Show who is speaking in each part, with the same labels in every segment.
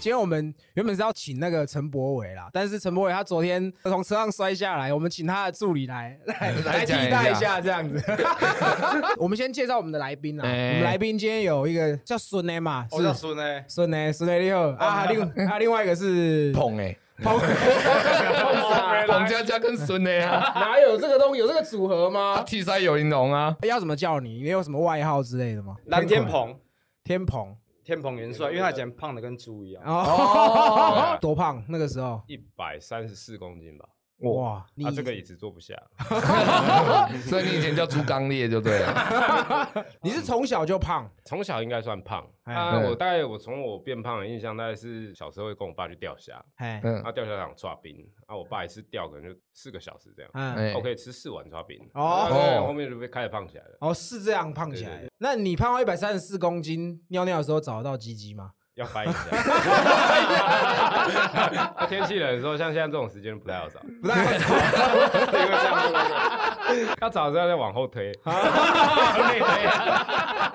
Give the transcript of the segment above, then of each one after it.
Speaker 1: 今天我们原本是要请那个陈柏伟啦，但是陈柏伟他昨天从车上摔下来，我们请他的助理来来来
Speaker 2: 来
Speaker 1: 替
Speaker 2: 讲一
Speaker 1: 代一
Speaker 2: 下
Speaker 1: 下这样子。 我们先介绍我们的来宾啦，
Speaker 2: 哎
Speaker 1: 我们来宾今天有一个哦叫孙 A 嘛，
Speaker 3: 我叫孙哦呢，
Speaker 1: 孙 A，孙 A 你好啊，另啊另外一个 是
Speaker 2: 捧 哎，
Speaker 1: 彭，
Speaker 2: 彭佳佳跟孙呢 啊，
Speaker 1: 哪有这个东有这个组合
Speaker 2: 啊
Speaker 1: 吗？
Speaker 2: 替塞有玲珑啊，
Speaker 1: 要怎么叫你？你有什么外号之类的吗？
Speaker 3: 蓝天鹏，
Speaker 1: 天蓬，
Speaker 3: 天鹏元帅，因为他以前胖的跟猪一样，
Speaker 1: 哦， 多胖那个时候。
Speaker 4: 一百三十四公斤吧，
Speaker 1: 哇，你
Speaker 4: 啊，这个椅子坐不下，
Speaker 2: 所以你以前叫猪刚烈就对 了，
Speaker 1: 你是从小就胖，
Speaker 4: 从小应该算胖。
Speaker 1: 哎
Speaker 4: 啊，
Speaker 2: 对
Speaker 4: 我大概我从我变胖的印象，大概是小时候会跟我爸去钓虾，
Speaker 1: 哎，
Speaker 2: 嗯
Speaker 4: 啊，钓虾场抓冰，啊，我爸一次钓可能就四个小时这样，啊
Speaker 1: 嗯，
Speaker 2: 哎
Speaker 4: 我可以吃四碗抓冰，
Speaker 1: 哦
Speaker 4: 啊对后面就被开始胖起来了，
Speaker 1: 哦，是这样胖起来
Speaker 4: 对对
Speaker 1: 的。那你胖到一百三十四公斤，尿尿的时候找得到鸡鸡吗？
Speaker 4: 要 翻一下。那天气冷的时候，像现在这种时间不太好找，
Speaker 1: 不太好找。
Speaker 4: 因为这样要找的时候再往后推， 内推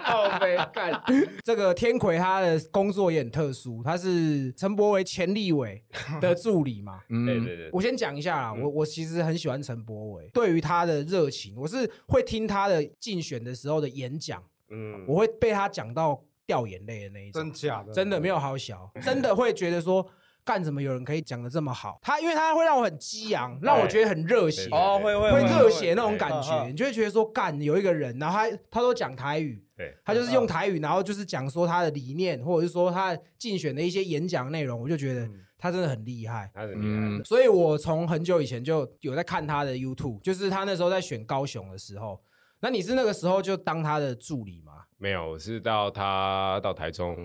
Speaker 1: 靠背干。这个天魁他的工作也很特殊，他是陈柏维前立委 的助理嘛。
Speaker 4: 对
Speaker 2: 嗯，
Speaker 4: 对嗯对，
Speaker 1: 我先讲一下啦，我我其实很喜欢陈柏维，对于他的热情，我是会听他的竞选的时候的演讲，
Speaker 4: 嗯，
Speaker 1: 我会被他讲到掉眼泪的那一种。
Speaker 3: 真假的？
Speaker 1: 真的没有好小，
Speaker 4: 嗯
Speaker 1: 真的会觉得说，干怎么有人可以讲的这么好？他因为他会让我很激昂，让我觉得很热血，
Speaker 4: 嗯对
Speaker 3: 哦，会会
Speaker 1: 会热血那种感
Speaker 3: 嗯
Speaker 1: 觉，
Speaker 3: 嗯
Speaker 1: 你就会觉得说，干有一个人，然后他他都讲台语。
Speaker 4: 对，
Speaker 1: 他就是用台语，然后就是讲说他的理念，或者是说他竞选的一些演讲内容，我就觉得
Speaker 4: 嗯
Speaker 1: 他真的很厉害。
Speaker 4: 他很厉害，
Speaker 2: 嗯
Speaker 1: 所以我从很久以前就有在看他的 YouTube，就是他那时候在选高雄的时候。那你是那个时候就当他的助理吗？
Speaker 4: 没有，我是到他到台中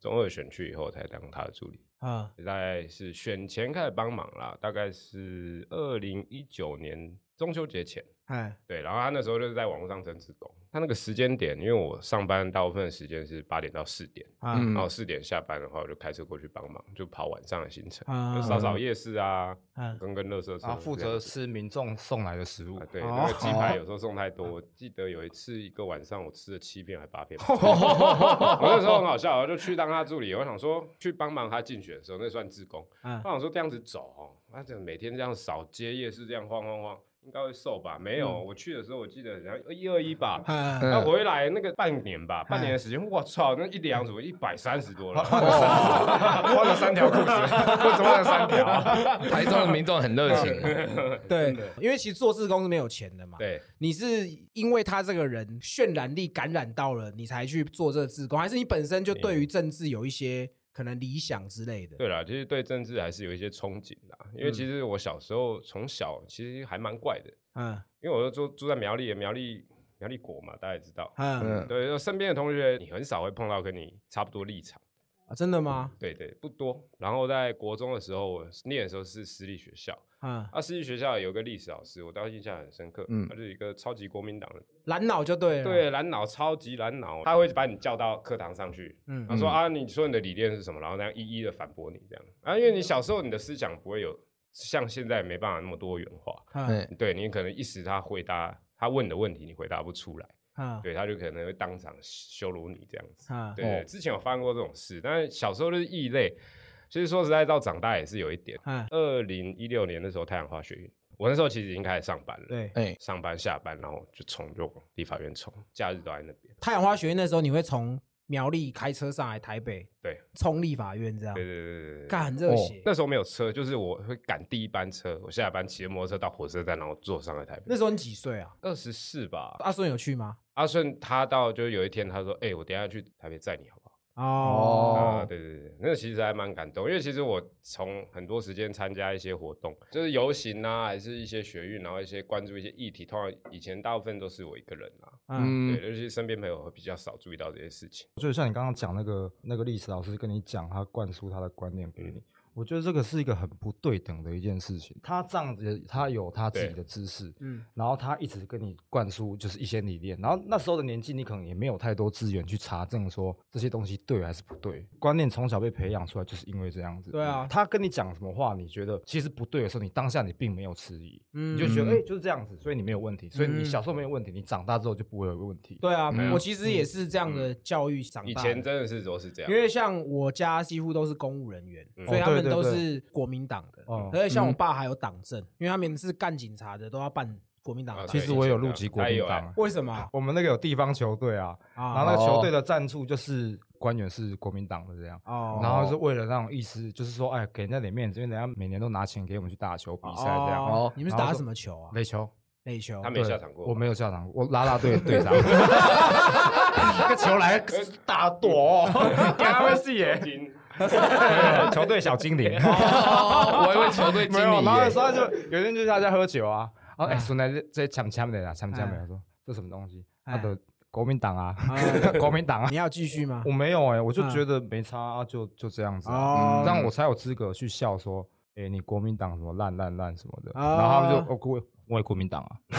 Speaker 4: 中二选区以后才当他的助理，
Speaker 1: 啊，
Speaker 4: 大概是选前开始帮忙啦，大概是二零一九年中秋节前。
Speaker 1: 哎，
Speaker 4: 对，然后他那时候就是在网络上争职工，他那个时间点，因为我上班大部分的时间是八点到四点，
Speaker 1: 啊
Speaker 2: 嗯
Speaker 4: 然后四点下班的话，我就开车过去帮忙，就跑晚上的行程，
Speaker 1: 啊
Speaker 4: 就扫扫夜市啊，
Speaker 1: 嗯
Speaker 4: 跟跟垃圾车这
Speaker 2: 啊
Speaker 4: 样子，
Speaker 2: 负责吃民众送来的食物
Speaker 4: 啊，对，
Speaker 1: 哦
Speaker 4: 那个鸡排有时候送太多，我记得有一次一个晚上我吃了七片还 八片吧，我那时候很好笑，我就去当他助理，我想说去帮忙他竞选的时候，那算自工，
Speaker 1: 嗯
Speaker 4: 我想说这样子走哦，他这样每天这样扫街夜市这样晃晃晃，应该会瘦吧？没
Speaker 1: 嗯
Speaker 4: 有，我去的时候我记得然后一二一吧。
Speaker 1: 啊
Speaker 2: 嗯
Speaker 4: 他回来那个半年吧，半
Speaker 1: 嗯
Speaker 4: 年的时间，我操，那一两组一百三 十多了，
Speaker 2: 哦
Speaker 1: 哦
Speaker 2: 换了三条裤子，为什么换了三条？ 台中的民众很热情，
Speaker 1: 对，因为其实做志工是没有钱的嘛。，
Speaker 4: 对，
Speaker 1: 你是因为他这个人渲染力感染到了，你才去做这个志工，还是你本身就对于政治有一些可能理想之类的？
Speaker 4: 对啦，其实对政治还是有一些憧憬啦，因为其实我小时候从小其实还蛮怪的，
Speaker 1: 嗯
Speaker 4: 因为我就住住在苗栗，苗栗苗栗国嘛，大家也知道。
Speaker 1: 嗯、
Speaker 2: 嗯，
Speaker 4: 对，就身边的同学你很少会碰到跟你差不多立场，
Speaker 1: 啊，真的吗？
Speaker 4: 对对，不多。然后在国中的时候，我念的时候是私立学校，
Speaker 1: 嗯，
Speaker 4: 啊，私立学校有个历史老师，我当时印象很深刻，
Speaker 2: 嗯
Speaker 4: 他就是一个超级国民党的，
Speaker 1: 蓝脑就对了。，啊
Speaker 4: 对，啊蓝脑超级蓝脑，他会把你叫到课堂上去，
Speaker 1: 嗯
Speaker 4: 他说啊，你说你的理念是什么？然后那样一一的反驳你这样啊，因为你小时候你的思想不会有像现在没办法那么多元化，
Speaker 1: 嗯
Speaker 2: 对，
Speaker 4: 对你可能一时他回答他问的问题你回答不出来，
Speaker 1: 嗯
Speaker 4: 对他就可能会当场羞辱你这样子。
Speaker 1: 嗯，
Speaker 4: 对对，之前有发生过这种事，但是小时候就是异类，其实说实在到长大也是有一点。
Speaker 1: 嗯，
Speaker 4: 二零一六年的时候太阳花学运，我那时候其实已经开始上班了，，
Speaker 1: 对。
Speaker 2: 哎，
Speaker 4: 上班下班然后就冲就往立法院冲，假日都在那边。
Speaker 1: 太阳花学院那时候，你会从苗栗开车上来台北，
Speaker 4: 对，
Speaker 1: 冲立法院这样
Speaker 4: 对，对对对对对。
Speaker 1: 干很热
Speaker 2: 哦
Speaker 1: 血。
Speaker 4: 那时候没有车，就是我会赶第一班车，我下班骑着摩托车到火车站，然后坐上来台北
Speaker 1: 那。时候你几岁啊？
Speaker 4: 二十四吧，
Speaker 1: 阿顺有去吗？
Speaker 4: 阿顺他到就有一天他说：“哎、我等一下去台北载你好不好？”
Speaker 1: 哦，
Speaker 4: 啊、
Speaker 2: 哦
Speaker 4: 对对对，那其实还蛮感动，因为其实我从很多时间参加一些活动，就是游行啊，还是一些学运，然后一些关注一些议题，通常以前大部分都是我一个人啊，
Speaker 1: 嗯
Speaker 2: 嗯，
Speaker 4: 对，尤其是身边朋友会比较少注意到这些事情。
Speaker 3: 嗯
Speaker 5: 就像你刚刚讲那个那个历史老师跟你讲，他灌输他的观念给你，我觉得这个是一个很不对等的一件事情。他这样子，他有他自己
Speaker 4: 对
Speaker 5: 的知识，
Speaker 1: 嗯，
Speaker 5: 然后他一直跟你灌输就是一些理念，然后那时候的年纪，你可能也没有太多资源去查证说这些东西对还是不对。观念从小被培养出来，就是因为这样子。
Speaker 1: 对啊
Speaker 5: 他跟你讲什么话，你觉得其实不对的时候，你当下你并没有迟疑，
Speaker 1: 嗯
Speaker 5: 你就觉得哎、
Speaker 2: 嗯
Speaker 5: 诶就是这样子，所以你没有问题，所以你
Speaker 1: 嗯
Speaker 5: 小时候没有问题，你长大之后就不会有问题。
Speaker 1: 对啊，
Speaker 4: 嗯
Speaker 1: 我其实也是这样的教育长大的。
Speaker 4: 以前真的是都是这样，
Speaker 1: 因为像我家几乎都是公务人员，
Speaker 4: 嗯
Speaker 1: 所以
Speaker 5: 哦
Speaker 1: 他们
Speaker 5: 对对
Speaker 1: 都
Speaker 5: 对
Speaker 1: 是国民党的，
Speaker 5: 哦
Speaker 1: 而且像我
Speaker 2: 嗯
Speaker 1: 爸还有党证，因为他们是干警察的，都要办国民党的
Speaker 4: 啊
Speaker 1: 党
Speaker 5: 其
Speaker 1: 证。
Speaker 5: 实我有入籍国
Speaker 4: 哎
Speaker 5: 民
Speaker 4: 有哎
Speaker 5: 党啊，
Speaker 1: 为什么啊？
Speaker 5: 我们那个有地方球队啊，然后那
Speaker 1: 啊
Speaker 5: 个球
Speaker 2: 哦
Speaker 5: 队的赞助就是官员是国民党的这样。
Speaker 1: 哦
Speaker 5: 然后是为了让意思，就是说，哎，给人家点面子，因为人家每年都拿钱给我们去打球比赛这样。
Speaker 1: 哦
Speaker 2: 哦
Speaker 1: 你们是
Speaker 5: 然后
Speaker 1: 打
Speaker 5: 说
Speaker 1: 什么球啊？
Speaker 5: 垒球，
Speaker 1: 垒球
Speaker 4: 他。没
Speaker 5: 对
Speaker 4: 下场过吧，
Speaker 5: 我没有下场过，我拉拉队的队长。那个球来大躲、哦，该会是耶，
Speaker 4: 金
Speaker 5: 球队小精灵。
Speaker 2: 哦 我以为球队经
Speaker 5: 没有，
Speaker 2: 理
Speaker 5: 然后有
Speaker 2: 耶
Speaker 5: 时，候就有人就大家喝酒啊，然后哎，孙来这抢抢的啦，抢抢的，我说这什么东西？
Speaker 1: 哎
Speaker 5: 他的国民党啊
Speaker 1: 哎，
Speaker 5: 国民党啊
Speaker 1: 你，要继续吗
Speaker 5: 我？没有哎，我就觉得没差啊，就就这样子啊。
Speaker 1: 嗯哦
Speaker 5: 这样我才有资格去笑说，哎、你国民党什么烂烂烂什么的，
Speaker 1: 啊
Speaker 5: 然后他们就哦，国我也国民党啊，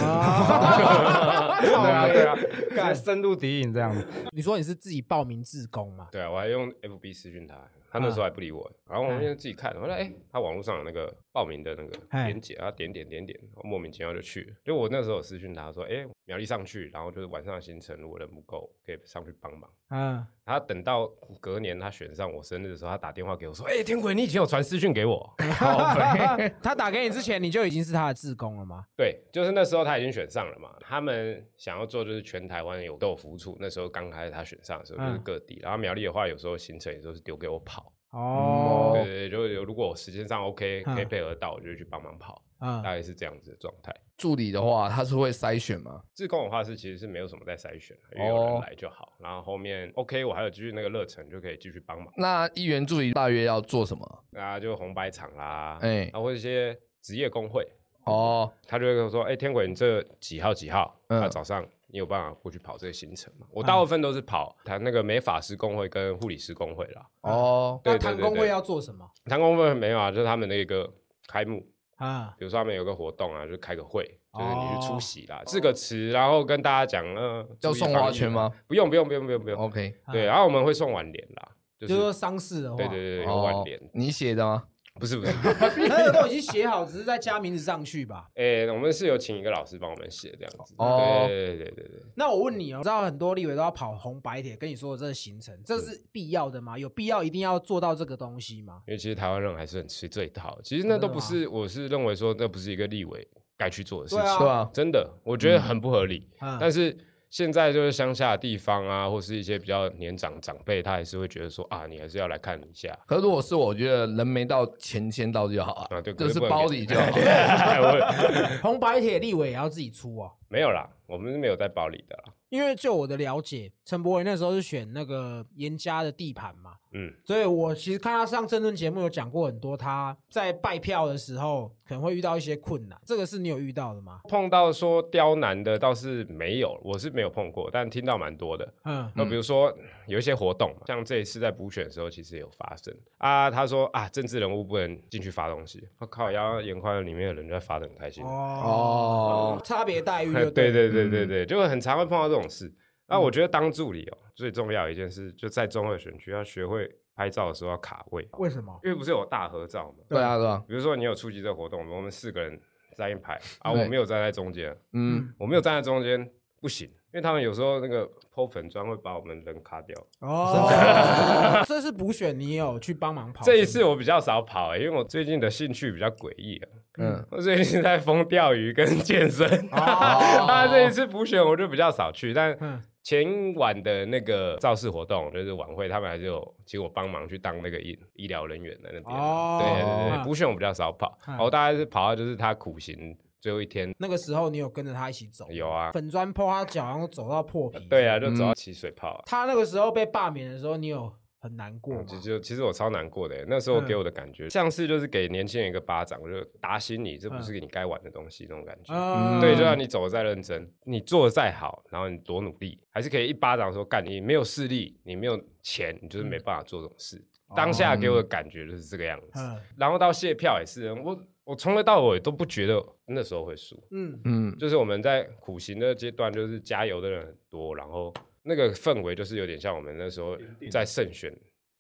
Speaker 1: 哦
Speaker 5: 对啊对啊，
Speaker 1: 干
Speaker 5: 直接深入敌营这样子，
Speaker 1: 你说你是自己报名自工嘛？
Speaker 4: 对啊，我还用 FB 私讯他，他那时候还不理我，然后我就自己看，我说哎，他网络上有那个报名的那个
Speaker 1: 哎
Speaker 4: 连结，然后点点点点，我莫名其妙就去了。就我那时候有私讯他说，哎，苗栗上去，然后就是晚上的行程如果人不够，可以上去帮忙。
Speaker 1: 嗯，
Speaker 4: 他等到隔年他选上我生日的时候，他打电话给我说，哎，天鬼，你以前有传私讯给我，靠北
Speaker 1: 他打给你之前，你就已经是他的自工了吗？
Speaker 4: 对，就是那时候他已经选上了嘛，他们想要做就是全台湾有都有服务处，那时候刚开始他选上的时候就是
Speaker 1: 嗯
Speaker 4: 各地，然后苗栗的话有时候行程有时候是丢给我跑，
Speaker 1: 哦，
Speaker 4: 嗯对对对，就有如果我时间上 OK
Speaker 1: 嗯
Speaker 4: 可以配合到，我就去帮忙跑，
Speaker 1: 嗯
Speaker 4: 大，概是这样子的状态。
Speaker 2: 助理的话，他是会筛选吗？
Speaker 4: 自贡的话是其实是没有什么在筛选，因为有
Speaker 1: 哦
Speaker 4: 人来就好，然后后面 OK 我还有继续那个热忱就可以继续帮忙，
Speaker 2: 那议员助理大约要做什么？
Speaker 4: 那就红白场啦，
Speaker 2: 哎
Speaker 4: 然后或者一些职业工会，
Speaker 2: 哦，
Speaker 4: 他就会跟我说：“哎、天鬼，你这几号几号？
Speaker 2: 嗯
Speaker 4: 那、早上你有办法过去跑这个行程吗？”
Speaker 1: 嗯
Speaker 4: 我大部分都是跑谈那个美发师工会跟护理师工会啦。
Speaker 2: 哦，
Speaker 1: 那
Speaker 4: 对
Speaker 1: 谈
Speaker 4: 对
Speaker 1: 工
Speaker 4: 对
Speaker 1: 会
Speaker 4: 对，
Speaker 1: 要做什么？
Speaker 4: 谈工会没有啊，就是他们的一个开幕，
Speaker 1: 啊，
Speaker 4: 比如说他们有个活动啊，就开个会，就是你去
Speaker 1: 哦
Speaker 4: 出席啦，致、个词，然后跟大家讲，呃，
Speaker 2: 要
Speaker 4: 注意
Speaker 2: 送
Speaker 4: 防
Speaker 2: 花
Speaker 4: 疫
Speaker 2: 圈吗？哦
Speaker 4: 不用不用不用不用不用。
Speaker 2: ，OK，
Speaker 4: 对，然后我们会送挽联啦，就
Speaker 1: 就是是说丧事的话，
Speaker 4: 对对对，对有
Speaker 2: 哦
Speaker 4: 挽联，
Speaker 2: 你写的吗？
Speaker 4: 不是不是。
Speaker 1: 那个都已经写好，只是再加名字上去吧。
Speaker 4: 哎、我们是有请一个老师帮我们写这样子。
Speaker 2: 哦
Speaker 4: 对对对对对。
Speaker 1: 那我问你哦，我知道很多立委都要跑红白铁，跟你说的这个行程，这是必要的吗？有必要一定要做到这个东西吗？
Speaker 4: 因为其实台湾人还是很吃这一套。其实那都不是，我是认为说那不是一个立委该去做的事情，
Speaker 1: 对啊
Speaker 2: 对啊，
Speaker 4: 真的，我觉得很不合理。
Speaker 1: 嗯
Speaker 4: 但是现在就是乡下的地方啊，或是一些比较年长长辈，他还是会觉得说啊，你还是要来看一下。
Speaker 2: 可是如果是我，我觉得人没到，钱先到就好啊，
Speaker 4: 啊对可
Speaker 2: 就是是
Speaker 4: 不能
Speaker 2: 包
Speaker 4: 给
Speaker 2: 里就 好。啊
Speaker 4: 我
Speaker 1: 红白铁立委也要自己出哦。
Speaker 4: 没有啦，我们是没有在包里的啦。
Speaker 1: 因为就我的了解，陈柏伟那时候是选那个严家的地盘嘛，
Speaker 4: 嗯，
Speaker 1: 所以我其实看他上政论节目有讲过很多，他在拜票的时候可能会遇到一些困难，这个是你有遇到的吗？
Speaker 4: 碰到说刁难的倒是没有，我是没有碰过，但听到蛮多的。呃
Speaker 1: 嗯，
Speaker 4: 那比如说有一些活动嘛，像这一次在补选的时候，其实也有发生啊。他说啊，政治人物不能进去发东西。我、靠，然后眼眶里面的人在发的很开心。
Speaker 2: 哦，
Speaker 1: 差别待遇就
Speaker 4: 对
Speaker 1: 对了嗯
Speaker 4: 对对对对，就很常会碰到这种事。那我觉得当助理哦，最重要的一件事，就在中二选区要学会拍照的时候要卡位，
Speaker 1: 为什么？
Speaker 4: 因为不是有大合照嘛。
Speaker 2: 对啊，对啊，
Speaker 4: 比如说你有出席这个活动，我们四个人站一排啊，
Speaker 2: 对
Speaker 4: 我没有站在中间，
Speaker 2: 嗯，
Speaker 4: 我没有站在中间不行，因为他们有时候那个剖粉砖会把我们人卡掉。
Speaker 1: 哦，这次补选你也有去帮忙跑
Speaker 4: 这一次我比较少跑、欸，因为我最近的兴趣比较诡异啊。
Speaker 2: 嗯，
Speaker 4: 我最近在疯钓鱼跟 健身，
Speaker 1: 哦
Speaker 4: 当啊然这一次补选我就比较少去，但
Speaker 1: 嗯
Speaker 4: 前晚的那个造势活动就是晚会，他们还是有请我帮忙去当那个医医疗人员在那边。啊
Speaker 1: 哦
Speaker 4: 对对对对，
Speaker 1: 嗯
Speaker 4: 补选我比较少跑，
Speaker 1: 嗯
Speaker 4: 我大概是跑到就是他苦行最后一天，
Speaker 1: 那个时候你有跟着他一起走？
Speaker 4: 有啊
Speaker 1: 粉砖破他脚，然后走到破皮。
Speaker 4: 对啊，就走到起水泡啊。
Speaker 1: 他那个时候被罢免的时候，你有很难过吗？
Speaker 4: 就就嗯其实我超难过的欸，那
Speaker 1: 嗯
Speaker 4: 时候给我的感觉、像是就是给年轻人一个巴掌，就是打醒你，这不是你该玩的东西那种感觉。
Speaker 1: 嗯
Speaker 4: 对，就算你走的再认真，你做的再好，然后你
Speaker 1: 嗯
Speaker 4: 多努力，还是可以一巴掌说干你没有势力，你没有钱，你就是没办法做这种事。当下给我的感觉就是这个样子。
Speaker 1: 哦嗯
Speaker 4: 然后到谢票也是，我我从头到尾都不觉得那时候会输，
Speaker 1: 嗯，
Speaker 2: 嗯，
Speaker 4: 就是我们在苦行的阶段，就是加油的人很多，然后那个氛围就是有点像我们那时候在慎选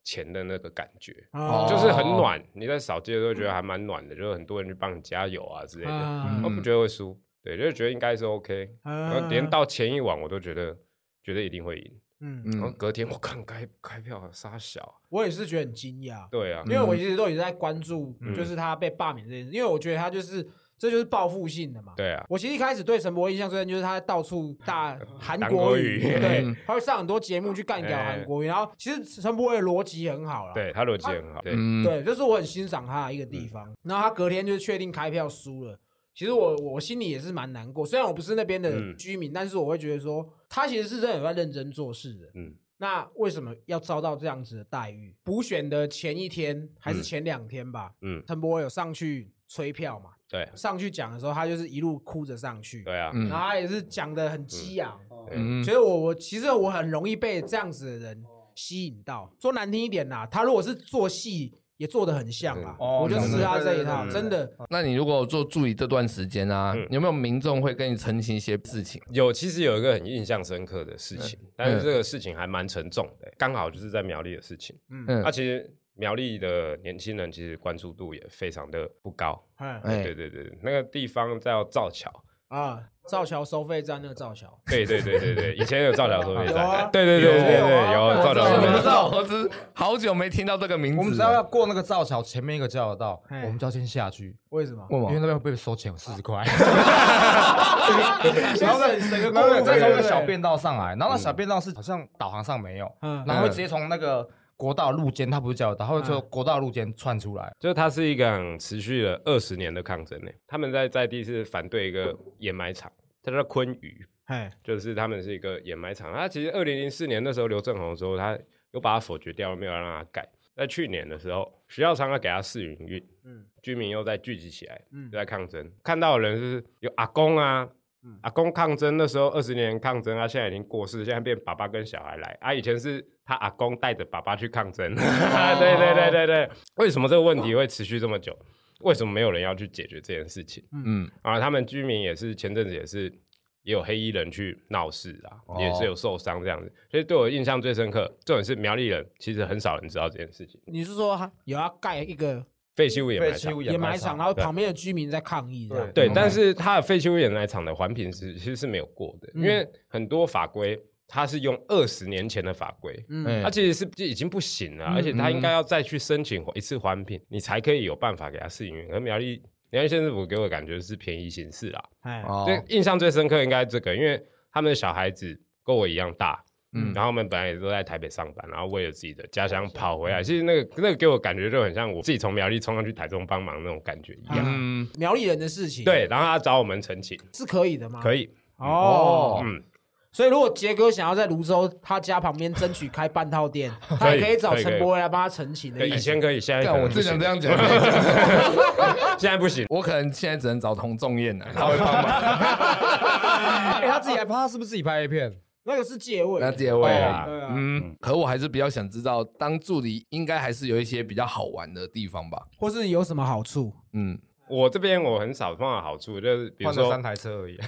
Speaker 4: 前的那个感觉，
Speaker 1: 哦
Speaker 4: 就是很暖。你在扫街的时候觉得还蛮暖的，就是很多人去帮你加油啊之类的，
Speaker 1: 啊
Speaker 2: 嗯
Speaker 4: 我不觉得会输，对，就是觉得应该是 OK。然后连到前一晚我都觉得觉得一定会赢，
Speaker 1: 嗯，
Speaker 4: 然后
Speaker 2: 嗯
Speaker 4: 隔天我看开开票啊杀小，
Speaker 1: 我也是觉得很惊讶，
Speaker 4: 对啊
Speaker 1: 因，为我一直都有在关注，
Speaker 4: 嗯
Speaker 1: 就是他被罢免这件事，因为我觉得他就是这就是报复性的嘛。
Speaker 4: 对啊，
Speaker 1: 我其实一开始对陈柏霖印象最深就是他到处 大韩
Speaker 4: 韩
Speaker 1: 国
Speaker 4: 国
Speaker 1: 语，
Speaker 4: 语哎
Speaker 1: 对
Speaker 2: 嗯，
Speaker 1: 他会上很多节目去干掉韩国语。然后其实陈柏霖的逻辑很好啦，
Speaker 4: 对他逻辑很好，对，
Speaker 2: 嗯，
Speaker 1: 对，这是我很欣赏他的一个地
Speaker 4: 嗯
Speaker 1: 方。然后他隔天就确定开票输了，其实我我心里也是蛮难过。虽然我不是那边的
Speaker 4: 嗯
Speaker 1: 居民，但是我会觉得说他其实是真的有在认真做事的。
Speaker 4: 嗯，
Speaker 1: 那为什么要遭到这样子的待遇？补选的前一天还是前两天吧，
Speaker 4: 嗯，
Speaker 1: 陈柏伟有上去催票嘛？
Speaker 4: 对，
Speaker 1: 上去讲的时候，他就是一路哭着上去，
Speaker 4: 对啊，
Speaker 1: 然后他也是讲的很激昂。
Speaker 2: 嗯
Speaker 1: 觉得我我其实我很容易被这样子的人吸引到。说难听一点啦，他如果是做戏也做的很像啦，
Speaker 3: 嗯哦
Speaker 1: 我就吃他这
Speaker 3: 对对对
Speaker 1: 一套，
Speaker 3: 对对
Speaker 1: 真的。
Speaker 2: 那你如果做助理这段时间啊，
Speaker 4: 嗯
Speaker 2: 有没有民众会跟你澄清一些事情？
Speaker 4: 有，其实有一个很印象深刻的事情，但是这个事情还蛮沉重的，刚好就是在苗栗的事情。
Speaker 2: 嗯
Speaker 4: 那、，其实苗栗的年轻人其实关注度也非常的不高。
Speaker 1: 哎
Speaker 2: 哎
Speaker 4: 对对对，那个地方叫造桥。
Speaker 1: 啊，造桥收费站那个造桥，
Speaker 4: 对对对对对，以前有造桥收费
Speaker 1: 有啊
Speaker 4: 站。对对对对对对，
Speaker 1: 有啊
Speaker 4: 有造桥收
Speaker 2: 我
Speaker 4: 费
Speaker 2: 不
Speaker 4: 站
Speaker 2: 知。道，我只是好久没听到这个名字了。
Speaker 5: 我们只要要过那个造桥，前面一个交流道，
Speaker 1: 啊嘿
Speaker 5: 我们就要先下去，
Speaker 1: 为什么？
Speaker 2: 问
Speaker 5: 因为
Speaker 2: 我
Speaker 5: 那边会被收钱四 十块。
Speaker 1: 然后省省个
Speaker 5: 然后
Speaker 1: 过
Speaker 5: 再
Speaker 1: 路费
Speaker 5: 从那个小便道上来，然后那小便道是好像导航上没有，
Speaker 1: 嗯
Speaker 5: 然后会直接从那个国道路肩，它不是交流道，它会从
Speaker 1: 嗯
Speaker 5: 国道路肩窜出来。
Speaker 4: 就是它是一个很持续了二十年的抗争呢。他们在在地是反对一个掩埋场，它叫昆鱼，
Speaker 1: 哎，
Speaker 4: 就是他们是一个掩埋场。它其实二零零四年那时候刘正宏说他又把它否决掉了，没有让它盖。在去年的时候，徐耀昌要给他试营运，
Speaker 1: 嗯
Speaker 4: 居民又在聚集起来，
Speaker 1: 嗯
Speaker 4: 就在抗争。看到的人是有阿公啊，阿公抗争那时候二十年抗争，他啊现在已经过世，现在变爸爸跟小孩来。啊，以前是他阿公带着爸爸去抗争， 对对对对对。为什么这个问题会持续这么久？为什么没有人要去解决这件事情？
Speaker 2: 嗯
Speaker 4: 啊，他们居民也是前阵子也是也有黑衣人去闹事啊，也是有受伤这样子。所以对我印象最深刻，这种是苗栗人，其实很少人知道这件事情。
Speaker 1: 你是说他有要盖一个
Speaker 4: 废弃物掩埋
Speaker 5: 被欺
Speaker 4: 场
Speaker 5: 负，
Speaker 1: 掩埋场，然后
Speaker 4: 对
Speaker 1: 旁边的居民在抗议这样？
Speaker 4: 对，
Speaker 2: 嗯
Speaker 4: 但是它的废弃物掩埋场的环评是其实是没有过的，
Speaker 1: 嗯
Speaker 4: 因为很多法规它是用二十年前的法规。
Speaker 1: 嗯
Speaker 2: 哎
Speaker 4: 它其实是就已经不行了，而且它应该要再去申请一次环评，你才可以有办法给它适应。而苗栗苗栗县政府给我的感觉是便宜行事啦，
Speaker 1: 哎
Speaker 2: 哦
Speaker 4: 对，印象最深刻应该这个，因为他们的小孩子跟我一样大，
Speaker 2: 嗯
Speaker 4: 嗯，然后他们本来也都在台北上班，然后为了自己的家乡跑回来，其实那个那个给我感觉就很像我自己从苗栗冲上去台中帮忙那种感觉一样。
Speaker 2: 嗯，
Speaker 1: 苗栗人的事情，
Speaker 4: 对，然后他找我们澄清，
Speaker 1: 是可以的吗？
Speaker 4: 可
Speaker 1: 以
Speaker 4: 以，
Speaker 1: 哦。
Speaker 4: 嗯，
Speaker 1: 所以如果杰哥想要在泸州他家旁边争取开半套 店，他也可以找陈柏伟来帮他澄清的
Speaker 4: 对，
Speaker 1: 意
Speaker 4: 以
Speaker 1: 思。
Speaker 4: 前可以，现在可
Speaker 2: 但
Speaker 4: 能
Speaker 2: 我
Speaker 4: 不
Speaker 2: 只想
Speaker 4: 行
Speaker 2: 这，样讲，
Speaker 4: 现在不行。
Speaker 2: 我可能现在只能找童仲彦了，啊他会帮忙，
Speaker 5: 哎，他自己还拍，他是不是自己拍 A 片？
Speaker 1: 那个是借位
Speaker 2: 那，结尾啊
Speaker 4: 哦
Speaker 1: 对啊，
Speaker 2: 嗯，可我还是比较想知道，当助理应该还是有一些比较好玩的地方吧，
Speaker 1: 或是有什么好处？
Speaker 2: 嗯，
Speaker 4: 我这边我很少放的好处就是，比如
Speaker 5: 换了
Speaker 4: 说
Speaker 5: 三台车 而已。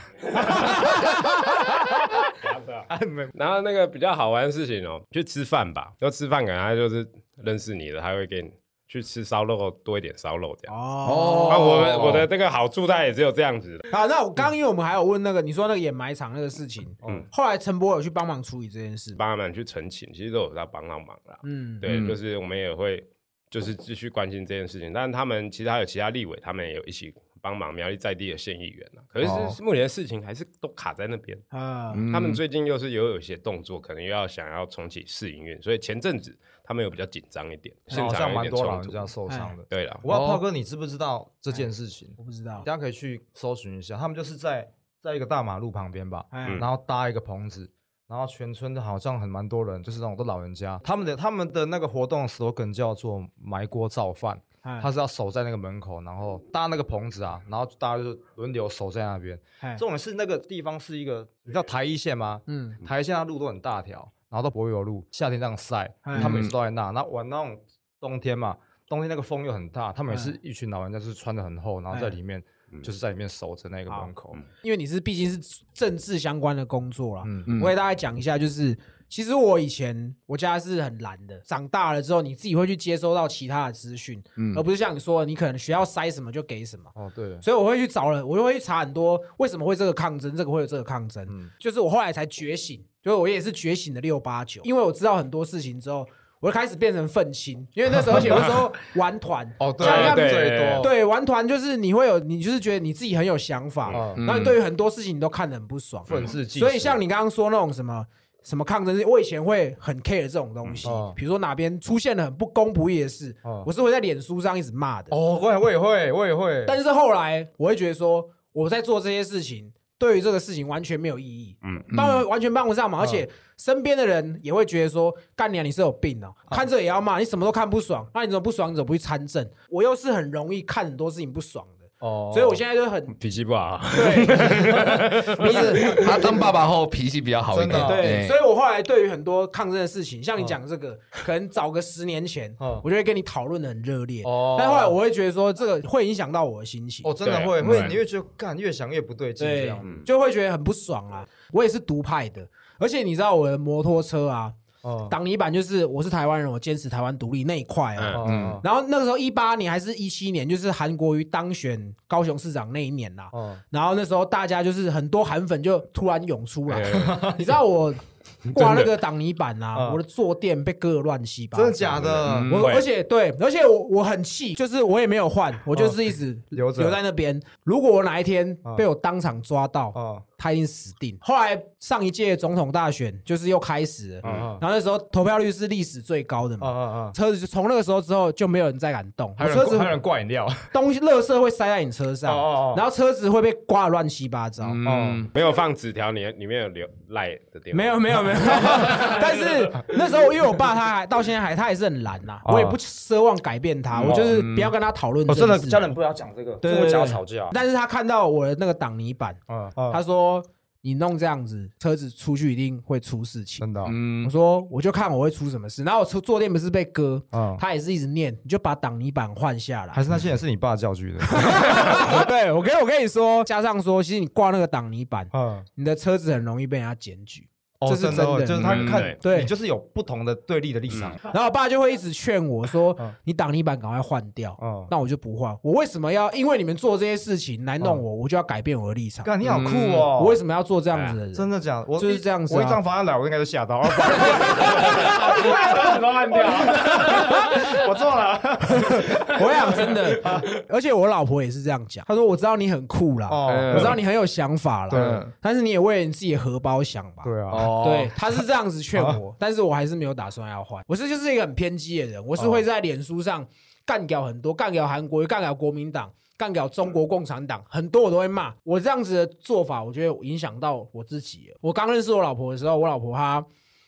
Speaker 4: 然后那个比较好玩的事情哦，去吃饭吧。要吃饭，可能他就是认识你的，他会给你去吃烧肉，多一点烧肉这样。
Speaker 1: 哦，
Speaker 4: 啊，我们我的这个好处大概也只有这样子。
Speaker 1: 好，那我刚刚因为我们还有问那个你说那个掩埋场那个事情，嗯
Speaker 4: 嗯，
Speaker 1: 后来陈柏伟有去帮忙处理这件事吗？
Speaker 4: 帮他们去澄清，其实都有在帮到忙啦。
Speaker 1: 嗯，
Speaker 4: 对，
Speaker 2: 嗯
Speaker 4: 就是我们也会就是继续关心这件事情，但他们其实还有其他立委，他们也有一起帮忙苗栗在地的县议员啊。可
Speaker 2: 哦
Speaker 4: 是目前事情还是都卡在那边，
Speaker 1: 啊，
Speaker 2: 嗯
Speaker 4: 他们最近又是有有一些动作，可能又要想要重启试营运，所以前阵子他们有比较紧张一点，现
Speaker 5: 好像
Speaker 4: 场有一
Speaker 5: 蛮
Speaker 4: 点
Speaker 5: 多老
Speaker 4: 冲
Speaker 5: 人
Speaker 4: 突。哎
Speaker 5: 家受伤的。
Speaker 4: 对了，
Speaker 5: 我不知道炮哥，你知不知道这件事情？
Speaker 4: 哦
Speaker 1: 我不知道
Speaker 5: 大，家可以去搜寻一下，他们就是在在一个大马路旁边吧，
Speaker 1: 哎
Speaker 4: 嗯，
Speaker 5: 然后搭一个棚子，然后全村好像很蛮多人，就是那种都老人家，他们的他们的那个活动 slogan 叫做“埋锅造饭”，
Speaker 4: 嗯
Speaker 1: 他
Speaker 5: 他是要守在那个门口，然后搭那个棚子啊，然后大家就轮流守在那边。
Speaker 4: 嗯
Speaker 1: 哎
Speaker 5: 重点是那个地方是一个，你知道台一线吗？
Speaker 1: 嗯，
Speaker 5: 台一线它路都很大条，然后到柏油路，夏天这样晒，
Speaker 1: 嗯
Speaker 5: 他们也是都在那，然后玩那种冬天嘛，冬天那个风又很大，他们也
Speaker 1: 哎
Speaker 5: 是一群老人家，就是穿的很厚，然后在里面就是在里面守着那个门口。
Speaker 1: 因为你是毕竟是政治相关的工作啦，
Speaker 5: 嗯，
Speaker 2: 嗯
Speaker 1: 我给大家讲一下，就是其实我以前我家是很懒的，长大了之后你自己会去接收到其他的资讯，
Speaker 2: 嗯
Speaker 1: 而不是像你说的你可能学校塞什么就给什么。
Speaker 5: 哦，对，
Speaker 1: 所以我会去找了，我就会去查很多为什么会这个抗争，这个会有这个抗争，
Speaker 5: 嗯
Speaker 1: 就是我后来才觉醒，就是我也是觉醒的六八九，因为我知道很多事情之后，我就开始变成愤青，因为那时候而且有的时候玩团，
Speaker 5: 哦，对
Speaker 1: 像他们
Speaker 5: 对
Speaker 4: 对
Speaker 5: 最多，
Speaker 1: 对，玩团就是你会有，你就是觉得你自己很有想法，
Speaker 5: 嗯，
Speaker 1: 然后你对于很多事情你都看得很不爽，
Speaker 5: 愤世嫉俗。
Speaker 1: 所以像你刚刚说那种什么什么抗争，我以前会很 care 这种东西
Speaker 5: 嗯哦，
Speaker 1: 比如说哪边出现了很不公不义的事
Speaker 5: 哦，
Speaker 1: 我是会在脸书上一直骂的。
Speaker 5: 哦，我也我也会，我也会，
Speaker 1: 但是后来我会觉得说，我在做这些事情，对于这个事情完全没有意义，
Speaker 4: 嗯
Speaker 1: 帮然完全帮不上忙，而且
Speaker 5: 嗯
Speaker 1: 身边的人也会觉得说，干你啊，你是有病
Speaker 5: 嗯
Speaker 1: 哦，看这也要骂，你什么都看不爽，那你怎么不爽，你怎么不去参政？我又是很容易看很多事情不爽的，
Speaker 5: 哦，
Speaker 1: 所以我现在就很
Speaker 4: 脾气不好，
Speaker 1: 对。
Speaker 2: 不是 他当爸爸后脾气比较好一
Speaker 5: 真
Speaker 2: 点，
Speaker 5: 的
Speaker 1: 对，
Speaker 2: 哎
Speaker 1: 所以我后来对于很多抗争的事情，
Speaker 5: 哦
Speaker 1: 像你讲这个，可能早个十年前，
Speaker 5: 嗯
Speaker 1: 我就会跟你讨论的很热烈。
Speaker 5: 哦
Speaker 1: 但后来我会觉得说，这个会影响到我的心情
Speaker 5: 哦，，真的
Speaker 4: 对
Speaker 5: 会
Speaker 4: 嗯
Speaker 5: 会，你越觉得干越想越不对劲这
Speaker 1: 对
Speaker 5: 样。，嗯
Speaker 1: 就会觉得很不爽啊。我也是独派的，而且你知道我的摩托车啊，
Speaker 5: 哦，
Speaker 1: 挡泥板就是我是台湾人，我坚持台湾独立那一块啊。
Speaker 4: 嗯
Speaker 5: 嗯，
Speaker 1: 然后那个时候一八年还是一七年，就是韩国瑜当选高雄市长那一年啦、
Speaker 5: 哦，
Speaker 1: 然后那时候大家就是很多韩粉就突然涌出来，
Speaker 4: 哎
Speaker 1: 你知道 我挂那个挡泥板啊，
Speaker 5: 嗯
Speaker 1: 我的坐垫被割得乱七八糟，
Speaker 5: 真的假的？
Speaker 4: 嗯
Speaker 1: 我
Speaker 4: 会
Speaker 1: 而且对，而且我我很气，就是我也没有换，我就是一直
Speaker 5: 嗯 留着嗯
Speaker 1: 留在那边。如果我哪一天被我当场抓到，
Speaker 5: 哦，
Speaker 1: 他已经死定。后来上一届总统大选就是又开始了，
Speaker 5: 嗯
Speaker 1: 然后那时候投票率是历史最高的
Speaker 5: 嗯
Speaker 1: 嘛，
Speaker 5: 嗯
Speaker 1: 车子就从那个时候之后就没有人再敢动，
Speaker 5: 还有
Speaker 1: 车
Speaker 5: 人
Speaker 1: 子
Speaker 5: 还有人挂饮料，
Speaker 1: 东西垃圾会塞在你车
Speaker 5: 哦
Speaker 1: 上，
Speaker 5: 哦哦，
Speaker 1: 然后车子会被刮得乱七八糟。
Speaker 4: 嗯， 没有放纸条，你里面有留赖的地方，
Speaker 1: 没有没有没有， 但是那时候因为我爸他还到现在还他还是很懒呐、
Speaker 5: 啊
Speaker 1: 我也不奢望改变他，我就是不要跟他讨论
Speaker 5: 我
Speaker 1: 政治
Speaker 5: 哦真
Speaker 1: 嘛。
Speaker 5: 的家人不要讲这个，
Speaker 1: 对
Speaker 5: 我
Speaker 1: 对
Speaker 5: 家
Speaker 1: 对，
Speaker 5: 吵架。
Speaker 1: 但是他看到我的那个挡泥板，
Speaker 5: 嗯嗯，
Speaker 1: 他说你弄这样子，车子出去一定会出事情。
Speaker 5: 真的哦，
Speaker 1: 我
Speaker 2: 嗯，
Speaker 1: 说我就看我会出什么事。然后我坐坐垫不是被割，
Speaker 5: 嗯，
Speaker 1: 他也是一直念，你就把挡泥板换下来
Speaker 5: 还。是那些人是你爸教 去的，
Speaker 1: 对我跟我跟你说，加上说，其实你挂那个挡泥板，
Speaker 5: 嗯，
Speaker 1: 你的车子很容易被人家检举。
Speaker 5: 哦
Speaker 1: 这是
Speaker 5: 真的哦，
Speaker 1: 真的
Speaker 5: 就是他
Speaker 4: 嗯
Speaker 5: 看，
Speaker 1: 对嗯
Speaker 5: 你就是有不同的对立的立场，
Speaker 1: 然后我爸就会一直劝我说
Speaker 5: 嗯：“
Speaker 1: 你挡泥板赶快换掉。
Speaker 5: 嗯”
Speaker 1: 那我就不换。我为什么要因为你们做这些事情来弄我，我就要改变我的立场？
Speaker 5: 嗯干，你好酷哦！
Speaker 1: 我为什么要做这样子的人？
Speaker 5: 真的假的？我
Speaker 1: 就是
Speaker 5: 一
Speaker 1: 这样子啊
Speaker 5: 我一张方案来，我应该就吓到，啊不好意思 怎么按掉？我错 了。哎
Speaker 1: 我想真的，而且我老婆也是这样讲，她说我知道你很酷啦，
Speaker 5: 哦
Speaker 1: 我知道你很有想法啦
Speaker 5: 对，
Speaker 1: 但是你也为了你自己的荷包想吧。
Speaker 5: 对啊，
Speaker 2: 哦
Speaker 1: 对，，她是这样子劝我，但是我还是没有打算要换。我是就是一个很偏激的人，我是会在脸书上干掉很多，干掉韩国，干掉国民党，干掉中国共产党，很多我都会骂。我这样子的做法，我觉得影响到我自己了。我刚认识我老婆的时候，我老婆她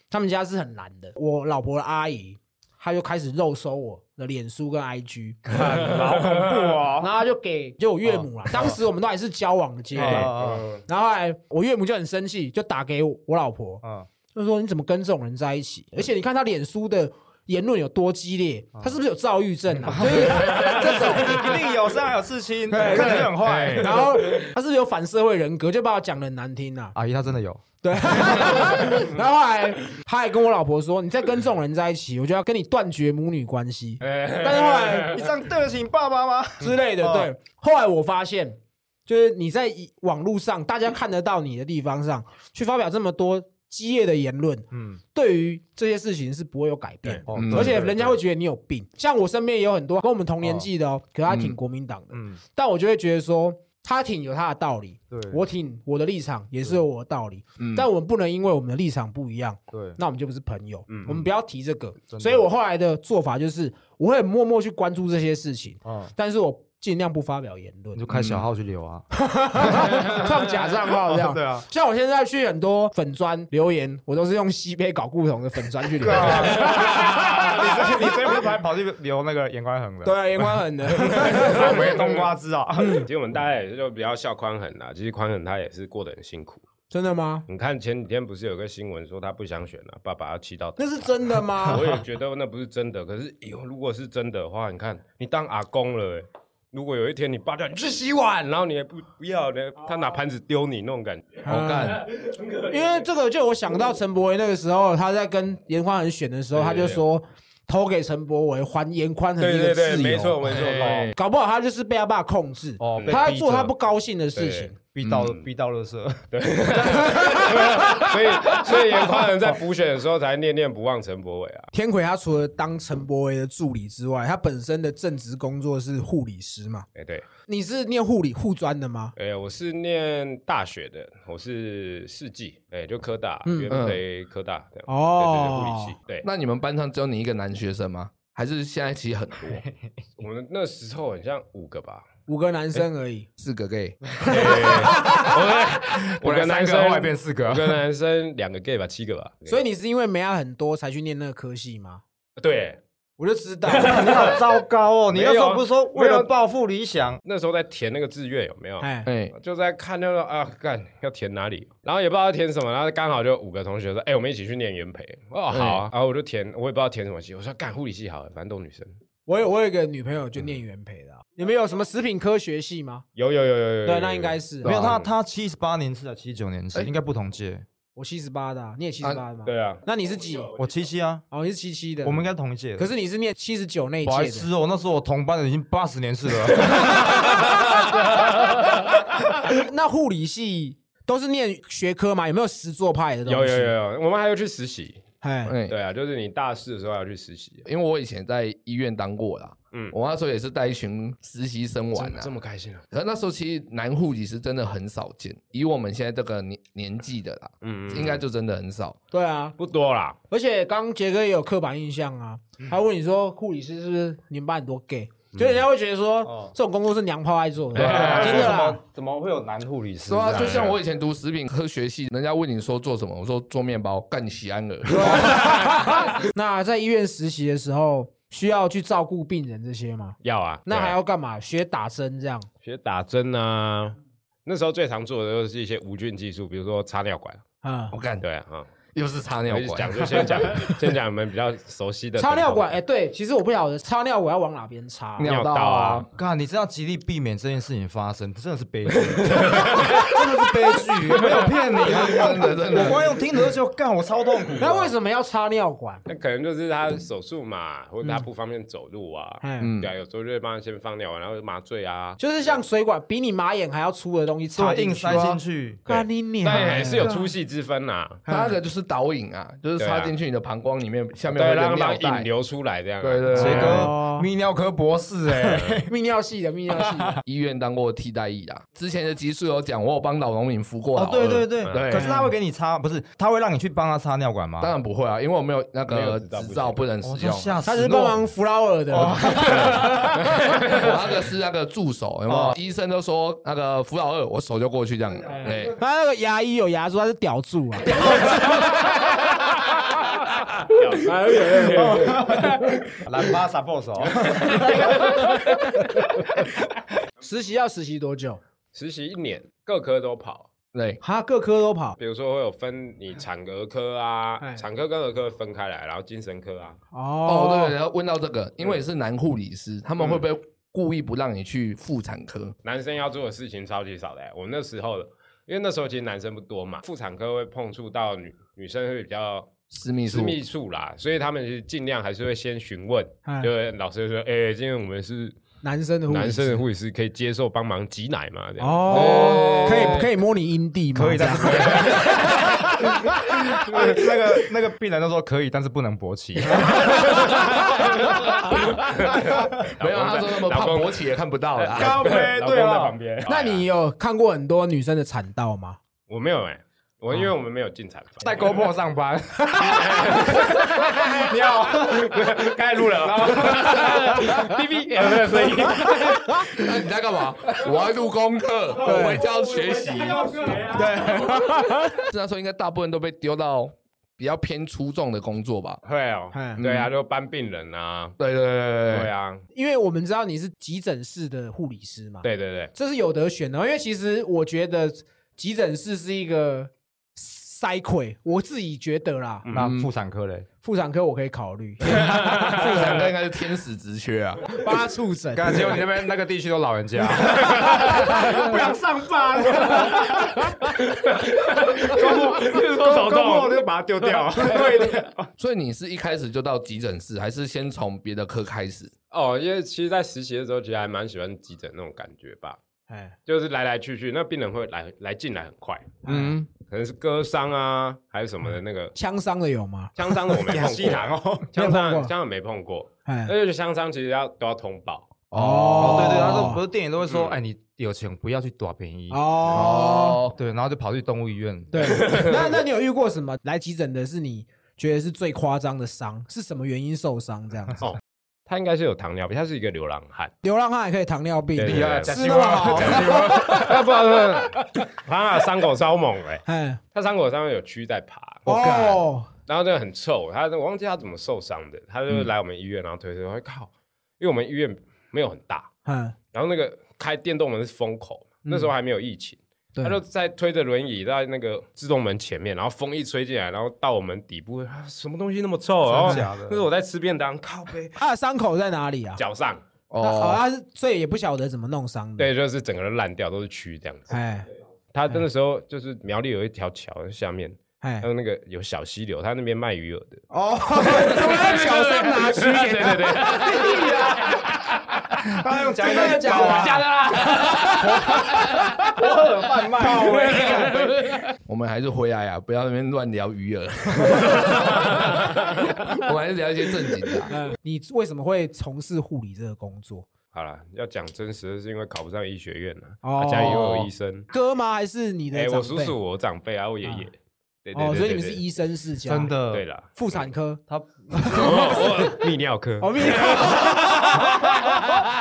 Speaker 1: 他们家是很难的，我老婆的阿姨她就开始肉搜我的脸书跟 IG。
Speaker 5: 好恐怖 哦！
Speaker 1: 然后他就给就我岳母了。当时我们都还是交往的阶
Speaker 5: 啊
Speaker 1: 段，
Speaker 5: 啊
Speaker 1: 然后后来我岳母就很生气，就打给我我老婆，
Speaker 5: 啊！
Speaker 1: 就说你怎么跟这种人在一起？而且你看他脸书的。言论有多激烈？他是不是有躁郁症 啊？就是 这种，
Speaker 5: 啊一定有上海有刺青，
Speaker 1: 对
Speaker 5: 看起来很坏。
Speaker 1: 然后他是不是有反社会人格？就把我讲的难听啊。
Speaker 5: 阿姨她真的有，
Speaker 1: 对， 然后后来他还跟我老婆说：“你再跟这种人在一起，我就要跟你断绝母女关系。”
Speaker 5: 哎
Speaker 1: 但是后来
Speaker 5: 你这样对得起你爸爸吗？
Speaker 1: 之类的。
Speaker 5: 嗯
Speaker 1: 对，后来我发现，就是你在以网络上大家看得到你的地方上去发表这么多激烈的言论，
Speaker 5: 嗯，
Speaker 1: 对于这些事情是不会有改变的。
Speaker 5: 哦
Speaker 2: 嗯
Speaker 5: 对
Speaker 1: 而且
Speaker 5: 对
Speaker 1: 人家会觉得你有病，像我身边也有很多跟我们同年纪的哦，可他挺国民党的，
Speaker 5: 嗯，
Speaker 1: 但我就会觉得说他挺有他的道理，
Speaker 5: 对，
Speaker 1: 我挺我的立场也是有我的道理，
Speaker 2: 嗯
Speaker 1: 但我们不能因为我们的立场不一样，
Speaker 5: 对
Speaker 1: 那我们就不是朋友，
Speaker 4: 嗯
Speaker 1: 我们不要提这个。
Speaker 5: 的
Speaker 1: 所以我后来的做法就是，我会默默去关注这些事情，
Speaker 5: 啊，
Speaker 1: 但是我尽量不发表言论
Speaker 5: 你就，开小号去留啊。
Speaker 1: 上假账号这样。
Speaker 5: 对啊，
Speaker 1: 像我现在去很多粉砖留言，我都是用西北搞故同的粉砖去留。
Speaker 5: 啊 你昨你昨天不是跑跑去留那个眼光横的？
Speaker 1: 对，啊，眼光狠的。
Speaker 5: 我们冬瓜汁啊。
Speaker 4: 其实我们大家也就比较笑宽恒啦，其实宽恒他也是过得很辛苦，
Speaker 1: 真的吗？
Speaker 4: 你看前几天不是有个新闻说他不想选了、爸爸要气到打
Speaker 1: 那是真的吗
Speaker 4: 我？也觉得那不是真的，可是以后如果是真的的话，你看你当阿公了、欸如果有一天你爸叫你去洗碗，然后你也不不要呢，他拿盘子丢你那种感觉，
Speaker 2: 好干，
Speaker 1: 嗯因为这个就我想到陈柏惟那个时候，他在跟严宽恒选的时候，
Speaker 4: 对
Speaker 1: 他就说投给陈柏惟还严宽恒
Speaker 4: 对
Speaker 1: 一个
Speaker 4: 对对，
Speaker 1: 自由。
Speaker 4: 没错没错，
Speaker 2: 哎
Speaker 1: 搞不好他就是被他爸控制，
Speaker 5: 哦，被
Speaker 1: 他在
Speaker 5: 逼
Speaker 1: 做
Speaker 5: 着
Speaker 1: 他不高兴的事情。
Speaker 5: 逼到
Speaker 4: 嗯
Speaker 5: 逼到乐色，
Speaker 4: 所以所以严宽仁在补选的时候才念念不忘陈柏伟啊，
Speaker 1: 天奎他除了当陈柏惟的助理之外，他本身的正职工作是护理师嘛？
Speaker 4: 哎、对，
Speaker 1: 你是念护理护专的吗？
Speaker 4: 哎、我是念大学的，我是四季，哎、就科大，
Speaker 1: 嗯
Speaker 4: 元培科大这样，
Speaker 1: 哦
Speaker 4: 对对对，护理系，对，
Speaker 2: 那你们班上只有你一个男学生吗？还是现在其实很多，
Speaker 4: 我们那时候很像五个吧，
Speaker 1: 五个男生而
Speaker 4: 哎
Speaker 1: 已，
Speaker 2: 四个 gay，
Speaker 4: 对哎我
Speaker 5: 本来
Speaker 4: 跟我跟男
Speaker 5: 三
Speaker 4: 生
Speaker 5: 个，后来变四
Speaker 4: 我
Speaker 5: 个，
Speaker 4: 跟男生两个 gay 吧，七个吧，
Speaker 1: 所以你是因为没他很多才去念那个科系吗？
Speaker 4: 对。
Speaker 1: 我就 知道，
Speaker 5: 你好糟 糕哦！你
Speaker 1: 啊
Speaker 5: 那时
Speaker 4: 没有
Speaker 5: 候不是说
Speaker 4: 没
Speaker 5: 为
Speaker 4: 有
Speaker 5: 了抱负理想，
Speaker 4: 那时候在填那个志愿有没有？
Speaker 1: 哎，
Speaker 2: 哎，
Speaker 4: 就在看那个啊，干要填哪里，然后也不知道填什么，然后刚好就五个同学说，哎、我们一起去念元培。哦，好啊，然后我就填，我也不知道填什么系，我说干护理系好了，反正都女生。
Speaker 1: 我有我有一个女朋友就念元培的啊、你们有什么食品科学系吗？
Speaker 4: 有有有有有有，
Speaker 1: 对，那应该
Speaker 4: 是
Speaker 1: 是啊
Speaker 5: 没有他他七十八年次啊，七十九年次
Speaker 2: 哎
Speaker 5: 应该不同届，
Speaker 1: 我七十八的啊、你也七十八的吗？
Speaker 4: 对啊，
Speaker 1: 那你是几？
Speaker 5: 我七七啊，
Speaker 1: 哦，你是七七的，
Speaker 5: 我们应该同一届的。
Speaker 1: 可是你是念七十九那一
Speaker 5: 白
Speaker 1: 届的，
Speaker 5: 痴哦，那时候我同班的已经八十年 次了，
Speaker 1: 那护理系都是念学科嘛？有没有实作派的东西？
Speaker 4: 有有有有，我们还要去实习。
Speaker 1: 哎，
Speaker 2: 哎，
Speaker 4: 对啊，就是你大四的时候要去实习。
Speaker 2: 因为我以前在医院当过啦，
Speaker 4: 嗯
Speaker 2: 嗯，我那时候也是带一群实习生玩
Speaker 4: 这
Speaker 2: 啊
Speaker 4: 这。么开心啊？
Speaker 2: 可是那时候其实男护理师真的很少见，以我们现在这个年年纪的啦，
Speaker 4: 嗯，
Speaker 2: 应该就真的很少。
Speaker 1: 对啊，
Speaker 4: 不多啦。
Speaker 1: 而且刚刚杰哥也有刻板印象啊，他问你说护理师是不是你们班很多 gay？就人家会觉得说
Speaker 3: 哦
Speaker 1: 这种工作是娘炮爱做的，
Speaker 4: 对
Speaker 1: 啊
Speaker 4: 啊
Speaker 1: 真的
Speaker 3: 怎
Speaker 1: 啦
Speaker 3: 么。怎么会有男护理师
Speaker 2: 是
Speaker 3: 这
Speaker 2: 啊，
Speaker 3: 样？
Speaker 2: 就像我以前读食品科学系，人家问你说做什么，我说做面包，干喜安儿。
Speaker 1: 那在医院实习的时候，需要去照顾病人这些吗？
Speaker 4: 要啊，
Speaker 1: 那
Speaker 4: 对啊
Speaker 1: 还要干嘛？学打针这样？
Speaker 4: 学打针啊。那时候最常做的就是一些无菌技术，比如说插尿管。
Speaker 1: 嗯
Speaker 2: 我，干，
Speaker 4: 对啊，
Speaker 2: 又是插
Speaker 4: 嗯
Speaker 2: 尿
Speaker 4: 我就
Speaker 2: 管
Speaker 4: 讲。就先讲，先讲你们比较熟悉的
Speaker 1: 插尿管，
Speaker 4: 疼
Speaker 1: 哎，对，其实我不晓得插尿管要往哪边插。
Speaker 4: 痛
Speaker 2: 尿道啊，
Speaker 5: 看你真要极力避免这件事情发生，真的是 悲剧，真的是悲剧，我没有骗 你啊，
Speaker 2: 真的真
Speaker 5: 我
Speaker 2: 的，
Speaker 5: 光用听着就干，我超痛苦的。
Speaker 1: 那为什么要插尿管？
Speaker 4: 那可能就是他手术嘛，或者他不方便走路啊。
Speaker 1: 嗯，
Speaker 4: 对啊，有时候就会帮他先放尿，然后麻醉啊，
Speaker 1: 就是像水管比你马眼还要粗的东西插
Speaker 5: 对
Speaker 1: 进
Speaker 5: 硬
Speaker 1: 去
Speaker 5: 塞进去？
Speaker 1: 干你娘！
Speaker 4: 但也是有粗细之分呐。
Speaker 2: 它那个就是导引啊，就是插进去你的膀胱里面，下面有一
Speaker 4: 对，
Speaker 2: 个
Speaker 4: 让
Speaker 2: 尿
Speaker 4: 它引
Speaker 2: 袋。
Speaker 4: 流出来这样啊。
Speaker 2: 对对对
Speaker 5: 杰
Speaker 1: 哦
Speaker 5: 哥，泌尿科博士哎，
Speaker 1: 泌尿系的泌尿系的，
Speaker 2: 医院当过替代役啊，之前的集数有讲，我有帮老农民服过
Speaker 5: 哦
Speaker 2: 老，
Speaker 5: 对
Speaker 2: 二
Speaker 5: 对对，
Speaker 2: 对
Speaker 5: 可是他会给你插，不是他会让你去帮他插尿管吗？
Speaker 2: 当然不会啊，因为我没有那
Speaker 4: 没有
Speaker 2: 个
Speaker 4: 执照
Speaker 2: 执照，不
Speaker 4: 不行
Speaker 2: 哦能
Speaker 5: 我
Speaker 2: 使
Speaker 5: 就
Speaker 2: 用。
Speaker 5: 吓死
Speaker 1: 他
Speaker 5: 我，
Speaker 1: 是 帮忙扶老二的。
Speaker 2: 我那个是那个助手，有没有？医生都说那个辅导二，我手就过去这样。
Speaker 4: 啊
Speaker 2: 哎，
Speaker 1: 他那个牙医有牙柱，他是屌柱啊。
Speaker 4: 哎有有有有有
Speaker 5: 蓝巴萨 boss 哦。
Speaker 1: 实习要实习多久？
Speaker 4: 实习一年，各科都跑。
Speaker 2: 对，
Speaker 1: 哈，各科都跑
Speaker 4: 比如说会有分你产儿科啊，
Speaker 1: 哎
Speaker 4: 产科跟儿科分开来，然后精神科啊，
Speaker 1: 哦。
Speaker 2: 哦对，然后问到这个，因为是男护理师，他们会不会故意不让你去妇产科？
Speaker 4: 男生要做的事情超级少的、我那时候的，因为那时候其实男生不多嘛，妇产科会碰触到女女生会比较
Speaker 2: 私密
Speaker 4: 私
Speaker 2: 处，
Speaker 4: 密处啦，所以他们是尽量还是会先询问，
Speaker 1: 哎
Speaker 4: 就是老师就说，哎、今天我们是
Speaker 1: 男生的护理师
Speaker 4: 男生的护理师，可以接受帮忙挤奶嘛？这样
Speaker 1: 哦，可
Speaker 4: 对
Speaker 1: 以可以摸你阴蒂吗？
Speaker 5: 可以
Speaker 1: 这样。
Speaker 5: 那个那个病人都说可以，但是不能勃 起。
Speaker 2: 没有，他说那么
Speaker 4: 老
Speaker 2: 胖，
Speaker 4: 公
Speaker 2: 勃起也看不到啦。
Speaker 5: 靠背
Speaker 4: 老公
Speaker 5: 对
Speaker 4: 在
Speaker 5: 啊
Speaker 4: 旁边，
Speaker 1: 那你有看过很多女生的产道吗？
Speaker 4: 我没有哎、我因为我们没有进产房，
Speaker 5: 带 GoPro 上 班，
Speaker 4: 你 好，开始录了， 哔哔，有没有声音？
Speaker 2: 那你在干嘛？我要录功课，我回家要学 习。那时候应该大部分都被丢到比较偏出众的工作吧？
Speaker 4: 会哦
Speaker 1: 嗯，
Speaker 4: 对啊，就搬病人啊，
Speaker 2: 对对对
Speaker 4: 对
Speaker 2: 对
Speaker 4: 啊，
Speaker 1: 因为我们知道你是急诊室的护理师嘛。
Speaker 4: 对对对，
Speaker 1: 哦这是有得选的，因为其实我觉得急诊室是一个塞溃，我自己觉得啦，
Speaker 4: 嗯
Speaker 5: 那妇产科嘞，
Speaker 1: 妇产科我可以考 虑，
Speaker 2: 妇产科应该是天使职缺啊，
Speaker 1: 帮他触诊，
Speaker 4: 刚才只有你那边那个地区都老 人家，
Speaker 1: 不想上班。
Speaker 4: 都手动就把它丢掉。 对的。
Speaker 2: 所以你是一开始就到急诊室，还是先从别的科开始？
Speaker 4: 哦，因为其实，在实习的时候，其实还蛮喜欢急诊那种感觉吧，
Speaker 1: 哎，
Speaker 4: 就是来来去去，那病人会来来进来很快，
Speaker 2: 嗯，
Speaker 4: 可能是割伤啊，还是什么的 那个
Speaker 1: 哎枪伤的有吗？
Speaker 4: 枪伤，我没碰
Speaker 3: 西兰
Speaker 4: 过，
Speaker 3: 哦，
Speaker 4: 枪
Speaker 1: 没有碰过
Speaker 4: 伤枪伤没碰过，
Speaker 1: 哎
Speaker 4: 而，且枪伤其实要都要通报，
Speaker 5: 哦，对对，他
Speaker 1: 哦
Speaker 5: 说不是电影都会说，哎，你有钱不要去大便宜，
Speaker 1: 哦，
Speaker 5: 对，然后就跑去动物医院，
Speaker 1: 对，那那你有遇过什么来急诊的是你觉得是最夸张的伤？是什么原因受伤这样子？
Speaker 4: 他应该是有糖尿病，他是一个流浪汉，
Speaker 1: 流浪汉也可以糖尿病，
Speaker 4: 对对对
Speaker 1: 吃那么
Speaker 5: 哦
Speaker 1: 好，
Speaker 4: 啊不不不，他伤口超猛哎，
Speaker 1: 哎，
Speaker 4: 他伤口上面有蛆在爬，
Speaker 1: 哦，
Speaker 4: 然后那个很臭，欸他我忘记他怎么受伤的，他就来我们医院，然后推推，我靠，因为我们医院没有很大，
Speaker 1: 嗯，
Speaker 4: 然后那个开电动门是风口，那时候还没有疫情，
Speaker 1: 对
Speaker 4: 他就在推着轮椅在那个自动门前面，然后风一吹进来，然后到我们底部，啊什么东西那么臭？然后
Speaker 5: 真假的
Speaker 4: 那是我在吃便当，靠背
Speaker 1: 他的伤口在哪里啊？
Speaker 4: 脚上，
Speaker 1: 那好，
Speaker 2: 哦，
Speaker 4: 啊
Speaker 1: 他是所以也不晓得怎么弄伤的。，
Speaker 4: 对，就是整个人烂掉，都是蛆这样子。
Speaker 1: 哎
Speaker 4: 他那时候就是苗栗有一条桥下面，
Speaker 1: 哎
Speaker 4: 还，有那个有小溪流，他那边卖鱼饵的，
Speaker 1: 哦，怎么在脚上拿
Speaker 4: 对
Speaker 1: 蛆给他？
Speaker 4: 对对，
Speaker 3: 他用假
Speaker 1: 真的假的啊？
Speaker 4: 的啦。
Speaker 3: 的贩卖，
Speaker 2: 我们还是回来啊，不要那边乱聊鱼饵， 我们还是聊一些正经的啊。
Speaker 1: 嗯你为什么会从事护理这个工作？
Speaker 4: 好了，要讲真实的是因为考不上医学院了，
Speaker 1: 哦
Speaker 4: 啊家里又有医生，
Speaker 1: 哥吗？还是你的
Speaker 4: 哎，
Speaker 1: 长辈？
Speaker 4: 我叔叔、我长辈啊，我爷爷，对对对
Speaker 1: 哦，
Speaker 4: 对
Speaker 1: 所以你们是
Speaker 4: 对
Speaker 1: 医生世家，
Speaker 5: 真的，
Speaker 4: 对，了，
Speaker 1: 妇产科。
Speaker 5: 他
Speaker 4: 哦我泌尿科，
Speaker 1: 哦，泌尿，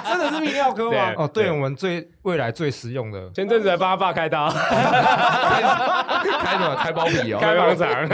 Speaker 1: 真的是泌尿科吗？
Speaker 5: 哦，对我们最未来最实用 的，
Speaker 4: 前阵子还帮他爸开
Speaker 1: 哦
Speaker 4: 刀，
Speaker 2: 开什么？开包皮哦？
Speaker 4: 开盲 肠，
Speaker 1: 哦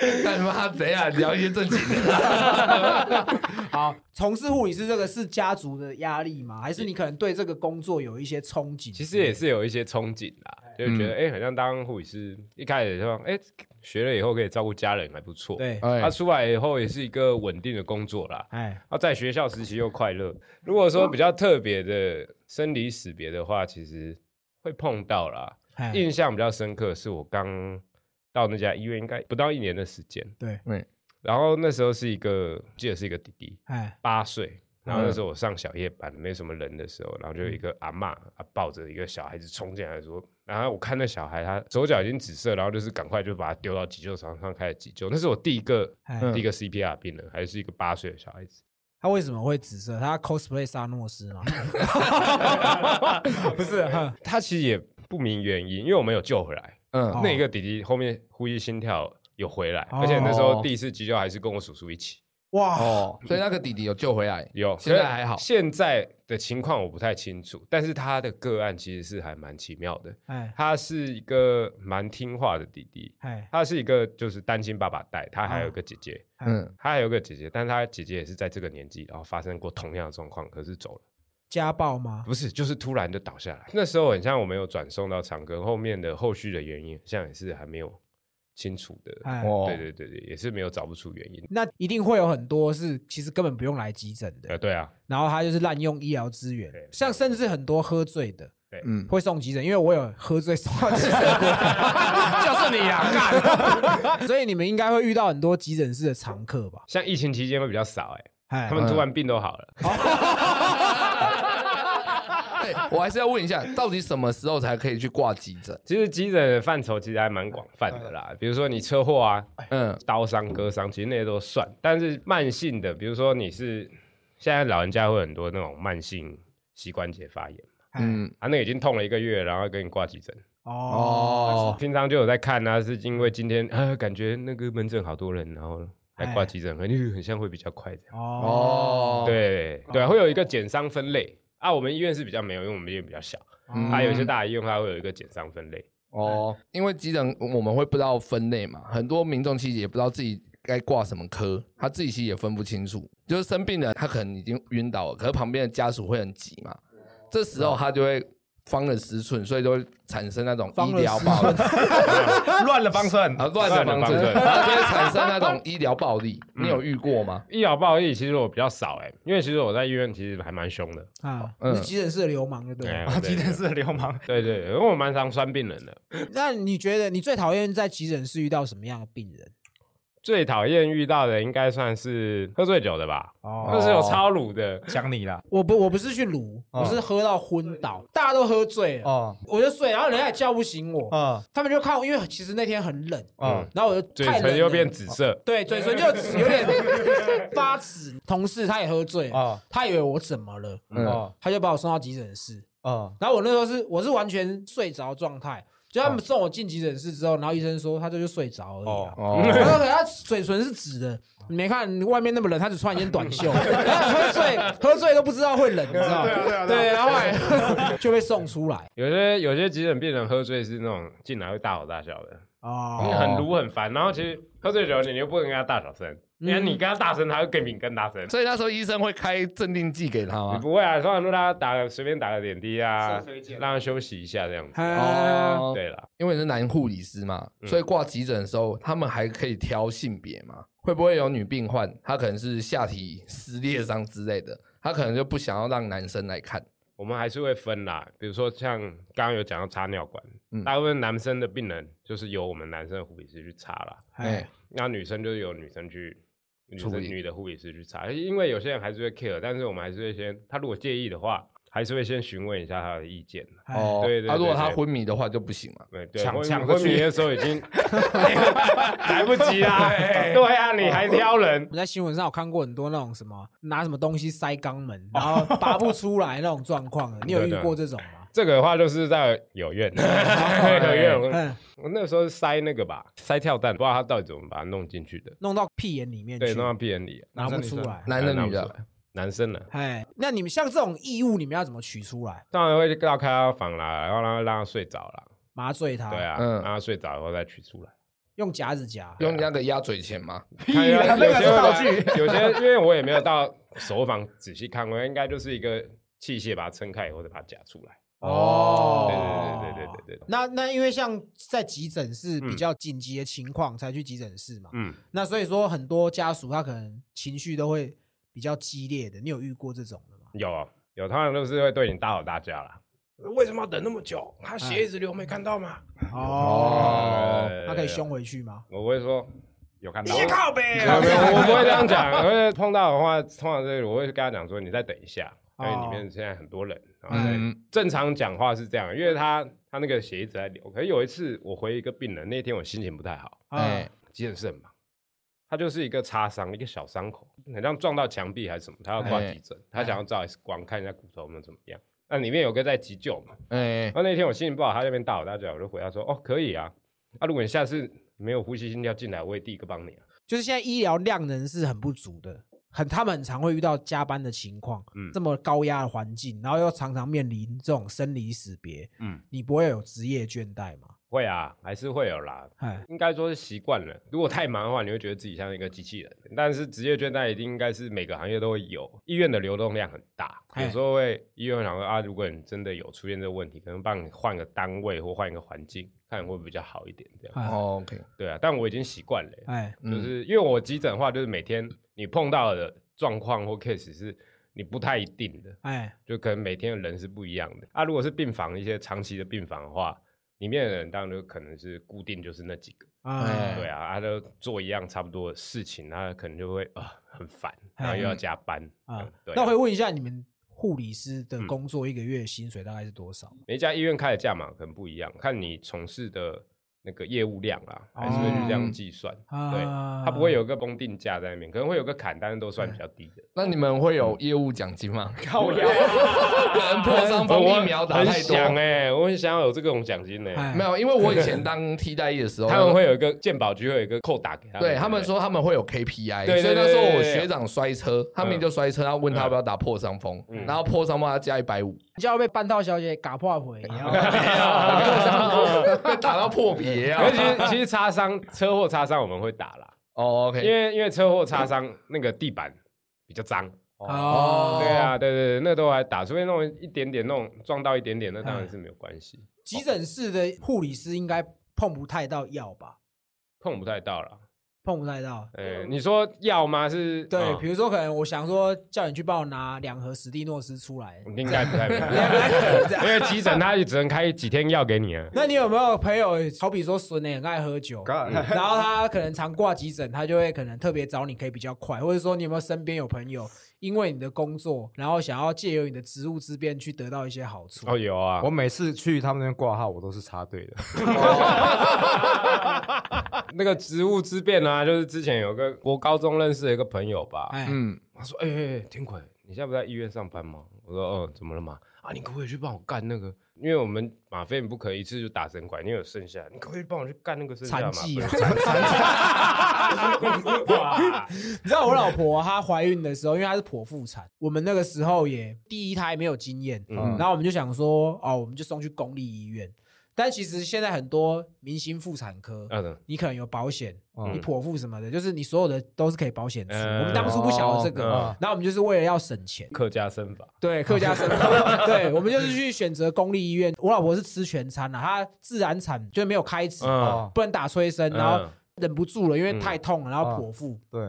Speaker 2: 干什么？谁啊？聊一些正经 的啊。
Speaker 1: 好，从事护理师这个是家族的压力吗？还是你可能对这个工作有一些憧憬？
Speaker 4: 其实也，是有一些憧憬啦，就
Speaker 1: 嗯
Speaker 4: 觉得哎，诶好像当护理师，一开始说哎，学了以后可以照顾家人，还不错。，
Speaker 1: 对，
Speaker 2: 哎
Speaker 4: 他啊出来以后也是一个稳定的工作啦，
Speaker 1: 哎，
Speaker 4: 啊，在学校实习又快乐。如果说比较特别的生离死别的话，其实会碰到啦。
Speaker 1: 哎
Speaker 4: 印象比较深刻是我刚到那家医院，应该不到一年的时间。
Speaker 1: 对，
Speaker 4: 然后那时候是一个，记得是一个弟弟，
Speaker 1: 哎，
Speaker 4: 八岁。然
Speaker 2: 嗯
Speaker 4: 后那时候我上小夜班，没什么人的时候，然后就有一个阿嬷啊抱着一个小孩子冲进来说，然后我看那小孩他手脚已经紫色，然后就是赶快就把他丢到急救床上开始急救。那是我第一个、
Speaker 1: 哎
Speaker 2: 嗯
Speaker 4: 第一个 CPR 病人，还是一个八岁的小孩子。
Speaker 1: 他为什么会紫色？他 cosplay 沙诺斯 吗？ 不是，哼
Speaker 4: 他其实也不明原因，因为我们有救回来。
Speaker 2: 嗯，
Speaker 4: 那一个弟弟后面呼吸心跳有回来，
Speaker 1: 哦
Speaker 4: 而且那时候第一次急救还是跟我叔叔一起。
Speaker 1: 哇，
Speaker 2: 哦，所以那个弟弟有救回来。
Speaker 4: 有，
Speaker 2: 现在还好
Speaker 4: 可是现在的情况我不太清楚，但是他的个案其实是还蛮奇妙的。
Speaker 1: 哎，
Speaker 4: 他是一个蛮听话的弟弟，
Speaker 1: 哎，
Speaker 4: 他是一个就是单亲爸爸带，他还有一个姐姐，
Speaker 2: 嗯，
Speaker 4: 他还有一个姐姐，但他姐姐也是在这个年纪，然后发生过同样的状况，可是走了。
Speaker 1: 家暴吗？
Speaker 4: 不是，就是突然就倒下来。那时候很像我们有转送到长庚，后面的后续的原因，像也是还没有清楚的。
Speaker 1: 哎，
Speaker 2: 哦，
Speaker 4: 对对对对，也是没有找不出原因。
Speaker 1: 那一定会有很多是其实根本不用来急诊的
Speaker 4: 呃，，对啊，
Speaker 1: 然后他就是滥用医疗资源
Speaker 4: 对，
Speaker 1: 像甚至很多喝醉的，
Speaker 2: 嗯，
Speaker 1: 会送急诊，因为我有喝醉送到急诊 过，
Speaker 4: 就是你啊，
Speaker 1: 就是 所以你们应该会遇到很多急诊室的常客吧？
Speaker 4: 像疫情期间会比较少哎、
Speaker 1: 哎
Speaker 4: 他，们 突然病都好了。
Speaker 2: 哎我还是要问一下，到底什么时候才可以去挂急诊？
Speaker 4: 其实急诊的范畴其实还蛮广泛的啦，比如说你车祸啊、
Speaker 2: 嗯，
Speaker 4: 刀伤、割伤，其实那些都算。但是慢性的，比如说你是现在老人家会有很多那种慢性膝关节发炎
Speaker 1: 嗯，
Speaker 2: 嗯，
Speaker 4: 啊，那个已经痛了一个月，然后给你挂急诊。
Speaker 1: 哦，
Speaker 2: 哦，
Speaker 4: 平常就有在看啊，是因为今天呃感觉那个门诊好多人，然后来挂急诊，很很像会比较快这样。
Speaker 2: 哦，，
Speaker 4: 对对，会有一个减伤分类啊。我们医院是比较没有，因为我们医院比较小，啊
Speaker 2: 嗯
Speaker 4: 还有一些大医院它会有一个减伤分类。
Speaker 2: 哦，因为急诊我们会不知道分类嘛，很多民众其实也不知道自己该挂什么科，他自己其实也分不清楚。就是生病了，他可能已经晕倒了，可是旁边的家属会很急嘛，这时候他就会方了十寸，所以就会产生那种
Speaker 1: 方
Speaker 2: 医
Speaker 1: 了
Speaker 2: 疗
Speaker 1: 十
Speaker 2: 暴力，
Speaker 4: 乱了方 寸
Speaker 2: 啊，乱的方式，
Speaker 4: 寸。
Speaker 2: 然后就会产生那种医疗暴力。你有遇过吗？
Speaker 4: 医疗暴力其实我比较少哎、因为其实我在医院其实还蛮凶的。
Speaker 1: 啊，
Speaker 2: 嗯
Speaker 1: 你是急诊室的流氓，对不对
Speaker 4: 哎
Speaker 1: 了？
Speaker 3: 今天是流氓，
Speaker 4: 对对，因为我蛮常酸病人的，
Speaker 1: 那你觉得你最讨厌在急诊室遇到什么样的病人？
Speaker 4: 最讨厌遇到的应该算是喝醉酒的吧，
Speaker 1: 哦，
Speaker 4: 那是有超乳的。
Speaker 5: 讲你啦，
Speaker 1: 我不，我不是去撸，
Speaker 5: 哦
Speaker 1: 我是喝到昏倒，大家都喝醉了，
Speaker 5: 哦
Speaker 1: 我就睡，然后人家也叫不醒我，
Speaker 5: 哦
Speaker 1: 他们就看我，因为其实那天很冷，
Speaker 5: 哦
Speaker 1: 然后我就
Speaker 4: 嘴
Speaker 1: 太冷
Speaker 4: 唇
Speaker 1: 了
Speaker 4: 又变紫色，
Speaker 1: 对，嘴唇就有点 发紫。同事他也喝醉了，
Speaker 5: 哦
Speaker 1: 他以为我怎么了，
Speaker 2: 嗯，
Speaker 5: 哦
Speaker 1: 他就把我送到急诊室。
Speaker 5: 哦
Speaker 1: 然后我那时候是我是完全睡着状态，就他
Speaker 5: 哦
Speaker 1: 们送我进急诊室之后，然后医生说他这就睡着而已、啊。
Speaker 2: 哦，
Speaker 1: 然后可他嘴唇是紫的，你没看外面那么冷，他只穿一件短 袖，然后喝醉喝醉都不知道会冷，你知道吗？
Speaker 4: 对啊
Speaker 1: 对，然后后来 就被送出来
Speaker 4: 有些有些急诊病人喝醉是那种进来会大吼大叫的，因为
Speaker 1: 哦，
Speaker 4: 很撸很烦。然后其实喝醉酒你又不能跟他大小声，
Speaker 1: 嗯
Speaker 4: 因为你跟他大声，他会更比你更大声。
Speaker 2: 所以那时候医生会开镇定剂给他
Speaker 4: 你
Speaker 2: 吗？
Speaker 4: 不会啊，通常都让他打个随便打个点滴
Speaker 3: 射
Speaker 4: 啊
Speaker 3: 飞，箭
Speaker 4: 让他休息一下这样子。
Speaker 1: 哦，
Speaker 2: 哦，
Speaker 4: 对啦，
Speaker 2: 因为你是男护理师嘛，所
Speaker 4: 嗯
Speaker 2: 以挂急诊的时候，他们还可以挑性别嘛？会不会有女病患，她可能是下体撕裂伤之类的，她可能就不想要让男生来看。
Speaker 4: 我们还是会分啦，比如说像刚刚有讲到插尿管，
Speaker 2: 嗯
Speaker 4: 大部分男生的病人就是由我们男生的护理师去插啦，
Speaker 1: 哎
Speaker 2: 哎，
Speaker 4: 那女生就是由女生去女
Speaker 2: 处
Speaker 4: 生
Speaker 2: 理
Speaker 4: 女的护理师去查，因为有些人还是会 care，但是我们还是会先，他如果介意的话，还是会先询问一下他的意见。
Speaker 1: 哦，
Speaker 2: 哦，
Speaker 4: 对对对
Speaker 2: 啊，如果
Speaker 4: 对
Speaker 2: 她昏迷的话就不行嘛。
Speaker 4: 对对，
Speaker 5: 抢
Speaker 4: 昏
Speaker 5: 抢着
Speaker 4: 昏迷
Speaker 5: 去
Speaker 4: 的时候已经来不及啦。对啊，你还挑人
Speaker 1: 我，们在新闻上有看过很多那种什么拿什么东西塞肛门，然后拔不出来那种状况的，你有遇过这种吗？
Speaker 4: 这个的话就是在有怨，有怨。我
Speaker 1: 嗯，
Speaker 4: 我那时候塞那个吧，塞跳蛋，不知道他到底怎么把它弄进去的，
Speaker 1: 弄到屁眼里面
Speaker 4: 对，
Speaker 1: 去
Speaker 4: 弄，到屁眼里，
Speaker 1: 拿不出来。
Speaker 2: 男的
Speaker 4: 拿不
Speaker 2: 女的
Speaker 4: 出来，男生啊呢？
Speaker 1: 哎，那你们像这种异物，你们要怎么取出来？
Speaker 4: 当然会到开他房啦，然后让他让他睡着啦。
Speaker 1: 麻醉它，
Speaker 4: 对啊，
Speaker 2: 嗯
Speaker 4: 让他睡着以后再取 出来。
Speaker 1: 用夹子夹。
Speaker 4: 哎
Speaker 2: 用那个鸭嘴钳嘛，
Speaker 4: 看一下
Speaker 5: 那个是道
Speaker 4: 具，有些因为我也没有到手房仔细看过，应该就是一个器械把它撑开以后再把它夹出来。
Speaker 1: 哦
Speaker 4: 对对对对对对对
Speaker 1: 那那因为像在急诊室比
Speaker 4: 嗯
Speaker 1: 较紧急的情况才去急诊室嘛，
Speaker 4: 嗯，
Speaker 1: 那所以说很多家属他可能情绪都会比较激烈的，你有遇过这种的 吗？
Speaker 4: 有有，通常都是会对你大吼大叫啦。为什么要等那么久？他血一直流，没看到吗？
Speaker 1: 嗯哦，
Speaker 4: 哦，
Speaker 1: 他可以凶回去吗？
Speaker 4: 我会说。
Speaker 5: 有看
Speaker 4: 你
Speaker 5: 到
Speaker 4: 先靠背，啊没 有没有我不会这样讲。因为碰到的话，通常是我会跟他讲说，你再等一下，因为里
Speaker 1: 哦
Speaker 4: 面现在很多人。
Speaker 5: 哎
Speaker 4: 然后再
Speaker 2: 嗯，
Speaker 4: 正常讲话是这样，因为他他那个血一直在流。可是有一次我回一个病人，那天我心情不太好，
Speaker 1: 啊
Speaker 2: 哎，
Speaker 4: 急诊室很忙，他就是一个擦伤，一个小伤口，很像撞到墙壁还是什么，他要挂急诊，他想要照 X 光看一下骨头有没有怎么样。那里面有个在急救嘛，
Speaker 2: 哎
Speaker 4: 然，后那天我心情不好，他那边大吼大叫，我就回答说：“哦，可以啊，那、如果你下次没有呼吸心跳进来，我也第一个帮你啊。
Speaker 1: 就是现在医疗量能是很不足的，很他们很常会遇到加班的情况，
Speaker 4: 嗯
Speaker 1: 这么高压的环境，然后又常常面临这种生离死别，”
Speaker 4: 嗯，
Speaker 1: 你不会有职业倦怠吗？
Speaker 4: 会啊，还是会有啦。
Speaker 1: 哎，
Speaker 4: 应该说是习惯了。如果太忙的话，你会觉得自己像一个机器人。但是职业倦怠一定应该是每个行业都会有。医院的流动量很大，
Speaker 1: 嘿
Speaker 4: 有时候会医院会想说啊，如果你真的有出现这个问题，可能帮你换个单位或换一个环境，看会不会比较好一点这样。
Speaker 1: 哎，
Speaker 2: 哦，OK，
Speaker 4: 对啊，但我已经习惯了欸、
Speaker 1: 哎，
Speaker 2: 嗯
Speaker 4: 就是因为我急诊的话，就是每天你碰到的状况或 case 是你不太一定的，
Speaker 1: 哎，
Speaker 4: 就可能每天的人是不一样的。啊，如果是病房一些长期的病房的话，里面的人当然就可能是固定就是那几个。
Speaker 1: 哎，
Speaker 4: 对啊，他就做一样差不多的事情，他可能就会啊、很烦，然后又要加班
Speaker 1: 啊
Speaker 4: 嗯，对啊嗯
Speaker 1: 那我会问一下你们护理师的工作一个月薪水大概是多少？
Speaker 4: 每一家医院开的价码可能不一样，看你从事的那个业务量啊，还是会去这样计算。对，
Speaker 1: 啊
Speaker 4: 它不会有个公定价在那边，可能会有个砍，但是都算比较低的。
Speaker 2: 那你们会
Speaker 4: 嗯
Speaker 2: 有业务奖金
Speaker 1: 哎
Speaker 2: 吗？
Speaker 4: 靠呀，
Speaker 2: 可能破伤风疫苗打
Speaker 4: 很
Speaker 2: 太多，
Speaker 4: 想哎、我很想要有这种奖金呢、
Speaker 1: 哎
Speaker 2: 没有，因为我 以前当替代役的时候，
Speaker 4: 他们会有一个健保局会有一个扣打给他们，
Speaker 2: 对他们
Speaker 4: 不
Speaker 2: 说他们会有 KPI，
Speaker 4: 对对
Speaker 2: 所以那
Speaker 4: 对
Speaker 2: 时候
Speaker 4: 对
Speaker 2: 我
Speaker 4: 对
Speaker 2: 学长摔车，他们就摔车，然后问他要不要打破伤风，
Speaker 4: 嗯
Speaker 2: 然后破伤风要加一百 五，
Speaker 1: 你就要被半套小姐嘎破腿，你要
Speaker 2: 被打到破皮也要
Speaker 4: 可。是其实其实擦伤、车祸擦伤我们会打啦，
Speaker 2: 哦，OK，
Speaker 4: 因为因为车祸擦伤那个地板比较脏，
Speaker 1: 哦
Speaker 4: 对啊，啊，对对对，那都还打，除非那种一点点那种撞到一点点，那
Speaker 1: 嗯
Speaker 4: 当然是没有关系，
Speaker 1: 急诊室的护理师应该碰不太到药吧？
Speaker 4: 碰不太到了。
Speaker 1: 碰不太到。
Speaker 4: 哎，你说药吗？是，
Speaker 1: 哦对，
Speaker 4: 嗯
Speaker 1: 比如说可能我想说叫你去帮我拿两盒史蒂诺斯出来，
Speaker 4: 哦应该 不太可
Speaker 1: 啊
Speaker 4: 能，因为急诊他也只能开几天药给你啊。
Speaker 1: 那你有没有朋友，好比说孙呢很爱喝酒，
Speaker 3: 干
Speaker 5: 嗯
Speaker 1: 然后他可能常挂急诊，他就会可能特别找你可以比较快，或者说你有没有身边有朋友因为你的工作，然后想要借由你的职务之便去得到一些好处？
Speaker 4: 哦，有啊
Speaker 5: 我，每次去他们那边挂号，我都是插队的。
Speaker 4: 那个职务之便啊，就是之前有个我高中认识的一个朋友吧，
Speaker 1: 哎，
Speaker 2: 嗯，
Speaker 4: 他说：“哎、哎哎，天奎，你现在不在医院上班吗？”我说：“哦、怎么了嘛？啊，你可不可以去帮我干那个？因为我们吗啡你不可以一次就打针管，你有剩下，你可不可以帮我去干那个剩下
Speaker 1: 残
Speaker 4: 嘛？
Speaker 1: 疾
Speaker 4: 不
Speaker 1: 啊
Speaker 4: 是残疾哇，
Speaker 1: 你知道我老婆她怀孕的时候，因为她是剖腹产，我们那个时候也第一胎没有经验，
Speaker 4: 嗯
Speaker 1: 然后我们就想说，哦，我们就送去公立医院。但其实现在很多明星妇产科，
Speaker 4: 嗯，
Speaker 1: 你可能有保险，
Speaker 5: 嗯
Speaker 1: 你剖腹什么的，就是你所有的都是可以保险出。
Speaker 4: 嗯
Speaker 1: 我们当初不晓得这个，
Speaker 4: 嗯
Speaker 1: 然后我们就是为了要省 钱，
Speaker 4: 客家身法，
Speaker 1: 对客家生活， 对我们就是去选择公立医院。我老婆是吃全餐啦，她自然产就没有开指，
Speaker 5: 哦
Speaker 4: 嗯，
Speaker 1: 不能打催生，然后
Speaker 4: 嗯
Speaker 1: 忍不住了，因为太痛了，然后剖腹。
Speaker 5: 对，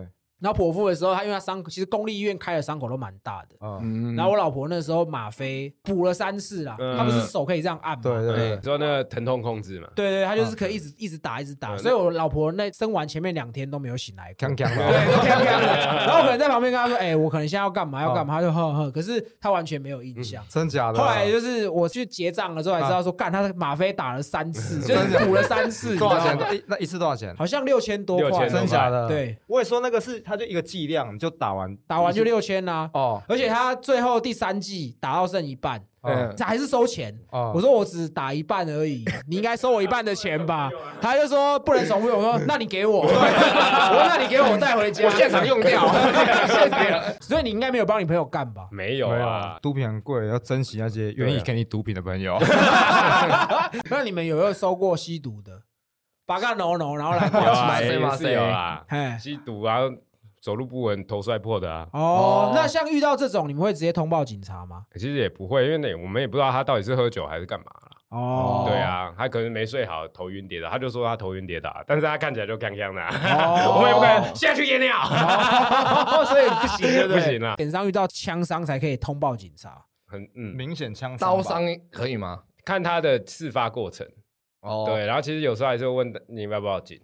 Speaker 1: 然后剖腹的时候，她因为她伤，其实公立医院开的伤口都蛮大的。
Speaker 5: 嗯，
Speaker 2: 嗯
Speaker 1: 然后我老婆那时候吗啡补了三次啦，
Speaker 4: 嗯
Speaker 1: 她不是手可以这样按吗？
Speaker 5: 对对对
Speaker 4: 你，说那个疼痛控制嘛，
Speaker 1: 对对，她就是可以一直一直打一直打，
Speaker 4: 嗯
Speaker 1: 所以我老婆那生完前面两天都没有醒来过
Speaker 5: 锵。
Speaker 1: 对，
Speaker 5: 锵的。
Speaker 1: 都干干的。 然后我可能在旁边跟他说：“哎、 我可能现在要干嘛要干嘛。”他就呵呵，可是他完全没有印象。
Speaker 5: 真嗯假的？啊
Speaker 1: 后来就是我去结账了之后才知道说，干他的吗啡打了三次， 就是补了三次，你知
Speaker 5: 多
Speaker 1: 道
Speaker 5: 少
Speaker 1: 吗
Speaker 5: 钱？一那一次多少钱？
Speaker 1: 好像六千多块，
Speaker 4: 6000多
Speaker 5: 真假的？，
Speaker 1: 对，
Speaker 5: 我也说那个是，它就一个剂量，你就打完，
Speaker 1: 打完就六千啦。
Speaker 5: 哦
Speaker 1: 而且他最后第三季打到剩一半，
Speaker 2: 嗯
Speaker 5: 哦
Speaker 1: 还是收钱。
Speaker 5: 哦，
Speaker 1: 我说我只打一半而已，你应该收我一半的钱吧？他就说不能重复。我说那你给我，我说那你给我我带回家，
Speaker 2: 我现场用掉
Speaker 1: 现场用。 所以你应该没有帮你朋友干吧？
Speaker 4: 没有啊，
Speaker 5: 毒品很贵，要珍惜那些愿意给你毒品的朋友。
Speaker 1: 那你们有没有收过吸毒的？八嘎 no no，然后来
Speaker 4: 有
Speaker 1: 挂
Speaker 4: 啊，
Speaker 2: 马赛
Speaker 4: 也
Speaker 2: 马
Speaker 4: 是
Speaker 2: 赛
Speaker 4: 有啊，
Speaker 1: 哎，
Speaker 4: 吸毒啊，走路不稳，头摔破的啊。
Speaker 1: 哦
Speaker 2: 哦，
Speaker 1: 那像遇到这种，你们会直接通报警察吗？
Speaker 4: 其实也不会，因为那我们也不知道他到底是喝酒还是干嘛啦。
Speaker 1: 哦，
Speaker 4: 对，啊，他可能没睡好，头晕跌倒，他就说他头晕跌倒，但是他看起来就康康的啊、
Speaker 1: 哦
Speaker 4: 我们也不敢下去 验尿，
Speaker 1: 所以不行，对
Speaker 4: 不
Speaker 1: 对？
Speaker 4: 行啊，
Speaker 1: 点上遇到枪伤才可以通报警察。
Speaker 4: 很嗯，
Speaker 5: 明显枪吧
Speaker 2: 刀伤可以吗？
Speaker 4: 看他的事发过程，
Speaker 2: 哦，
Speaker 4: 对，然后其实有时候还是会问你要不要报警，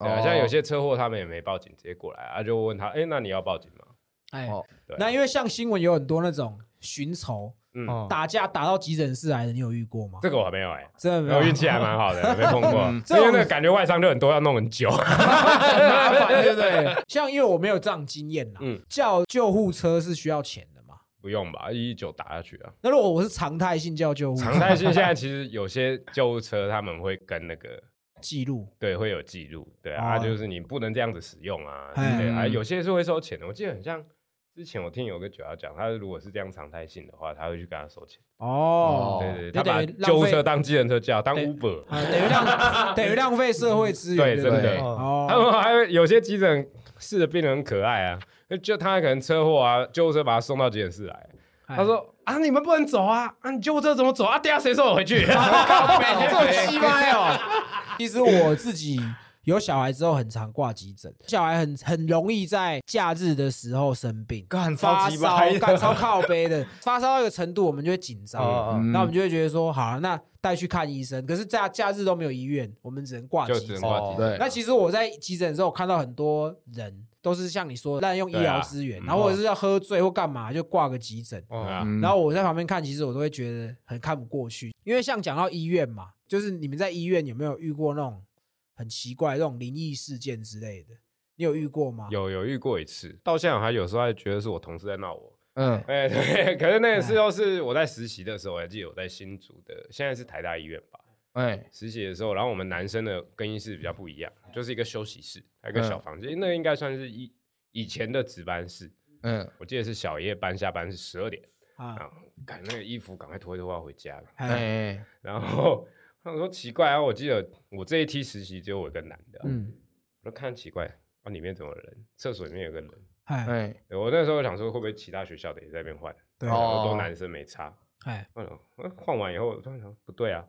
Speaker 4: 对啊，
Speaker 2: 哦
Speaker 4: 像有些车祸他们也没报警，直接过来啊，就问他，哎，那你要报警吗？
Speaker 1: 哎，
Speaker 2: 哦
Speaker 4: 对，啊
Speaker 1: 那因为像新闻有很多那种寻仇、
Speaker 4: 嗯，
Speaker 5: 哦
Speaker 1: 打架打到急诊室来的，你有遇过吗？
Speaker 4: 这个我没有 哎，
Speaker 1: 真的没
Speaker 4: 我运
Speaker 1: 有，啊
Speaker 4: 气还蛮好的，没碰过，
Speaker 2: 嗯
Speaker 4: 因为那个感觉外伤就很多，要弄很久，
Speaker 1: 很麻烦，对不对？像因为我没有这样经验啦
Speaker 4: 嗯，
Speaker 1: 叫救护车是需要钱的嘛？
Speaker 4: 不用吧，一一九打下去啊。
Speaker 1: 那如果我是常态性叫救护车，
Speaker 4: 常态性现在其实有些救护车他们会跟那个
Speaker 1: 记录
Speaker 4: 对，会有记录，对
Speaker 1: 哦
Speaker 4: 啊，啊就是你不能这样子使用啊，
Speaker 1: 哎
Speaker 4: 对啊，
Speaker 2: 嗯
Speaker 4: 有些是会收钱的。我记得很像之前我听有个酒要讲，他如果是这样常态性的话，他会去跟他收钱。
Speaker 1: 哦，
Speaker 4: 对对，对
Speaker 1: 就
Speaker 4: 他
Speaker 1: 等
Speaker 4: 把
Speaker 1: 于
Speaker 4: 救
Speaker 1: 浪
Speaker 4: 护
Speaker 1: 费
Speaker 4: 车当计程车叫，当
Speaker 1: 对
Speaker 4: Uber。
Speaker 1: 啊，等于浪等于浪费社会资源，
Speaker 4: 嗯对
Speaker 1: 不
Speaker 4: 真
Speaker 1: 对
Speaker 2: 的
Speaker 4: 他
Speaker 1: 哦，
Speaker 4: 们还会有些急诊室的病人很可爱啊，就他可能车祸啊，救护车把他送到急诊室来，
Speaker 1: 哎
Speaker 4: 他说啊，你们不能走啊，啊，你救护车怎么走啊？等下谁送我回去？
Speaker 1: 哎：“这么鸡掰哦！” 其实我自己有小孩之后，很常挂急诊，小孩很很容易在假日的时候生病，
Speaker 5: 干
Speaker 1: 发
Speaker 5: 超级白
Speaker 1: 烧，干 嗯超靠背的， 发烧到一个程度，我们就会紧
Speaker 4: 哦
Speaker 1: 张，
Speaker 2: 嗯
Speaker 5: 啊
Speaker 4: 嗯
Speaker 1: 那我
Speaker 2: 哦
Speaker 1: 们就会觉得说，好啊，那带去看医生。可是假假日都没有医院，我们只能挂
Speaker 4: 就
Speaker 1: 急
Speaker 4: 只能
Speaker 1: 诊。
Speaker 4: 挂急诊。
Speaker 2: 对，
Speaker 1: 那其实我在急诊的时候，我看到很多人都是像你说的滥用医
Speaker 4: 对啊
Speaker 1: 疗资源，
Speaker 4: 嗯
Speaker 1: 然后或者是要喝醉或干嘛就挂个急诊。
Speaker 4: 对啊，
Speaker 2: 嗯
Speaker 1: 然后我在旁边看，其实我都会觉得很看不过去，因为像讲到医院嘛，就是你们在医院有没有遇过那种很奇怪的那种灵异事件之类的？你有遇过吗？
Speaker 4: 有有遇过一次，到现在我还有时候还觉得是我同事在闹我。
Speaker 2: 嗯
Speaker 4: 哎、对， 可是那个时候是我在实习的时候，我还记得我在新竹的，现在是台大医院吧。
Speaker 2: 哎
Speaker 4: 实习的时候，然后我们男生的更衣室比较不一样，就是一个休息室，还有一个小房间，那应该算是以以前的值班室。
Speaker 2: 嗯
Speaker 4: 我记得是小夜班，下班是十二点
Speaker 1: 啊，
Speaker 4: 啊，赶那个衣服赶快脱一脱要回家了。
Speaker 1: 哎，
Speaker 2: 哎
Speaker 4: 然后他们说奇怪啊，我记得我这一批实习只有我一个男的啊、
Speaker 1: 嗯，
Speaker 4: 我就看奇怪，啊里面怎么有人？厕所里面有个人，
Speaker 1: 哎
Speaker 2: 哎，
Speaker 4: 对我那时候想说，会不会其他学校的也在那边换？
Speaker 1: 对
Speaker 4: 然后
Speaker 2: 哦
Speaker 4: 都男生没差。
Speaker 1: 哎，
Speaker 4: 嗯，呃换完以后，我突然想，不对啊，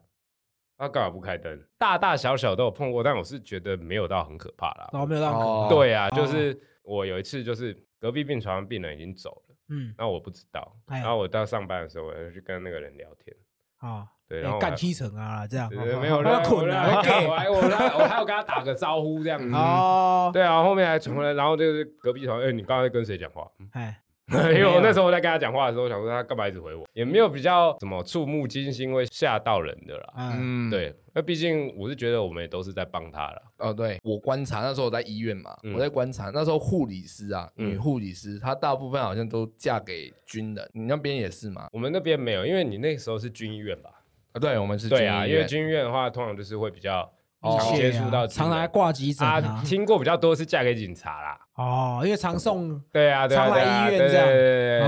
Speaker 4: 他干嘛不开灯？大大小小都有碰过，但我是觉得没有到很可怕啦。
Speaker 1: 然后没有让
Speaker 2: 哦
Speaker 1: 恐怖，
Speaker 4: 对啊，就是我有一次，就是隔壁病床病人已经走了，
Speaker 1: 嗯，
Speaker 4: 那我不知道。
Speaker 1: 哎
Speaker 4: 然后我到上班的时候，我就去跟那个人聊天。
Speaker 1: 啊，
Speaker 4: 对，
Speaker 1: 哎
Speaker 4: 然后我还
Speaker 1: 干七成啊，这样
Speaker 4: 对对 没有
Speaker 1: 他
Speaker 4: 啦，
Speaker 1: 捆
Speaker 4: 我
Speaker 1: 了
Speaker 4: 还
Speaker 1: 还 gay
Speaker 4: 我还我还我还有跟他打个招呼这样子。
Speaker 1: 哦，
Speaker 4: 对啊，后面还传回来，然后就是隔壁床，哎，你刚刚在跟谁讲话？
Speaker 1: 哎，
Speaker 4: 因为我那时候在跟他讲话的时候，我想说他干嘛一直回我，也没有比较什么触目惊心会吓到人的啦。
Speaker 1: 嗯，
Speaker 2: 嗯，
Speaker 4: 对，那毕竟我是觉得我们也都是在帮他啦。
Speaker 2: 哦，对我观察那时候我在医院嘛，
Speaker 4: 嗯
Speaker 2: 我在观察那时候护理师啊，
Speaker 4: 嗯
Speaker 2: 女护理师，她大部分好像都嫁给军人，你那边也是吗？
Speaker 4: 我们那边没有，因为你那时候是军医院吧？
Speaker 2: 啊，对，我们是
Speaker 4: 对啊，
Speaker 2: 军医
Speaker 4: 因为
Speaker 2: 院
Speaker 4: 军医院的话，通常就是会比较
Speaker 2: 哦
Speaker 4: 常接触
Speaker 1: 啊
Speaker 4: 到军
Speaker 1: 常常
Speaker 4: 人
Speaker 1: 还挂急诊
Speaker 4: 啊
Speaker 1: 啊，，
Speaker 4: 听过比较多是嫁给警察啦。
Speaker 1: 哦，因为常送
Speaker 4: 对啊，对啊，
Speaker 1: 常
Speaker 4: 对
Speaker 1: 来
Speaker 4: 啊
Speaker 1: 医院
Speaker 4: 对
Speaker 1: 这样
Speaker 4: 对对对对对对对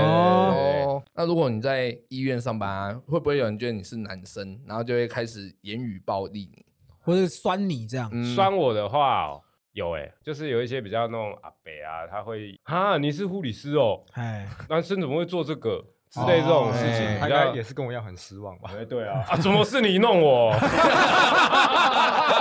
Speaker 2: 哦，那如果你在医院上班啊，会不会有人觉得你是男生，然后就会开始言语暴力你？
Speaker 1: 或者酸你这样，
Speaker 2: 嗯，
Speaker 4: 酸我的话哦、有哎、就是有一些比较那种阿伯啊，他会啊，你是护理师哦，
Speaker 1: 哎，
Speaker 4: 男生怎么会做这个之类这种事情，
Speaker 2: 哦
Speaker 5: 哎
Speaker 4: 比
Speaker 5: 他应
Speaker 4: 较
Speaker 5: 该也是跟我一样很失望吧？
Speaker 4: 哎，对啊，啊，怎么是你弄我？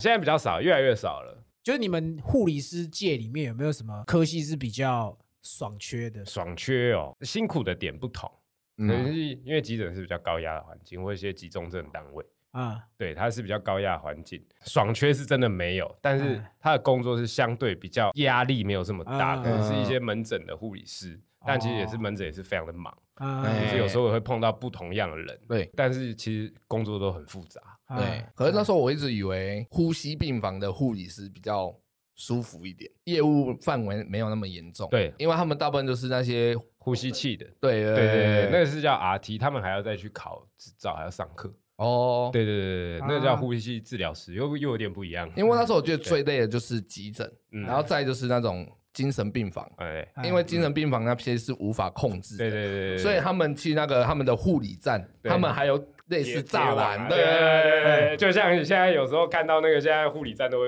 Speaker 4: 现在比较少，越来越少了。
Speaker 1: 就是你们护理师界里面有没有什么科系是比较爽缺的？
Speaker 4: 爽缺哦，辛苦的点不同，可能
Speaker 2: 嗯，
Speaker 4: 是因为急诊是比较高压的环境，或一些急重症单位，
Speaker 1: 啊，
Speaker 4: 对，它是比较高压的环境。爽缺是真的没有，但是
Speaker 1: 哎
Speaker 4: 他的工作是相对比较压力没有这么大，
Speaker 1: 嗯哦
Speaker 4: 可能是一些门诊的护理师，但其实也是门诊也是非常的忙，
Speaker 1: 啊
Speaker 2: 哎
Speaker 4: 就是有时候也会碰到不同样的人，
Speaker 2: 对
Speaker 4: 但是其实工作都很复杂。
Speaker 1: 啊
Speaker 2: 对。可是那时候我一直以为呼吸病房的护理师比较舒服一点，业务范围没有那么严重。
Speaker 4: 对
Speaker 2: 因为他们大部分就是那些。
Speaker 4: 呼吸器的，
Speaker 2: 对对
Speaker 4: 对对对，那个是叫 RT，他们还要再去考执照，还要上课。
Speaker 2: 哦，
Speaker 4: 对对对对，那个
Speaker 1: 啊
Speaker 4: 叫呼吸系治疗师，又又有点不一样。
Speaker 2: 因为那时候我觉得最累的就是急诊，
Speaker 4: 嗯
Speaker 2: 然后再就是那种精神病房，
Speaker 4: 哎，
Speaker 1: 哎
Speaker 2: 因为精神病房那些是无法控制
Speaker 4: 对
Speaker 2: 的，
Speaker 4: 对对对，对
Speaker 2: 所以他们去那个他们的护理站，
Speaker 4: 对
Speaker 2: 他们还有类似栅栏，
Speaker 4: 对啊对对对对，就像你现在有时候看到那个现在护理站都会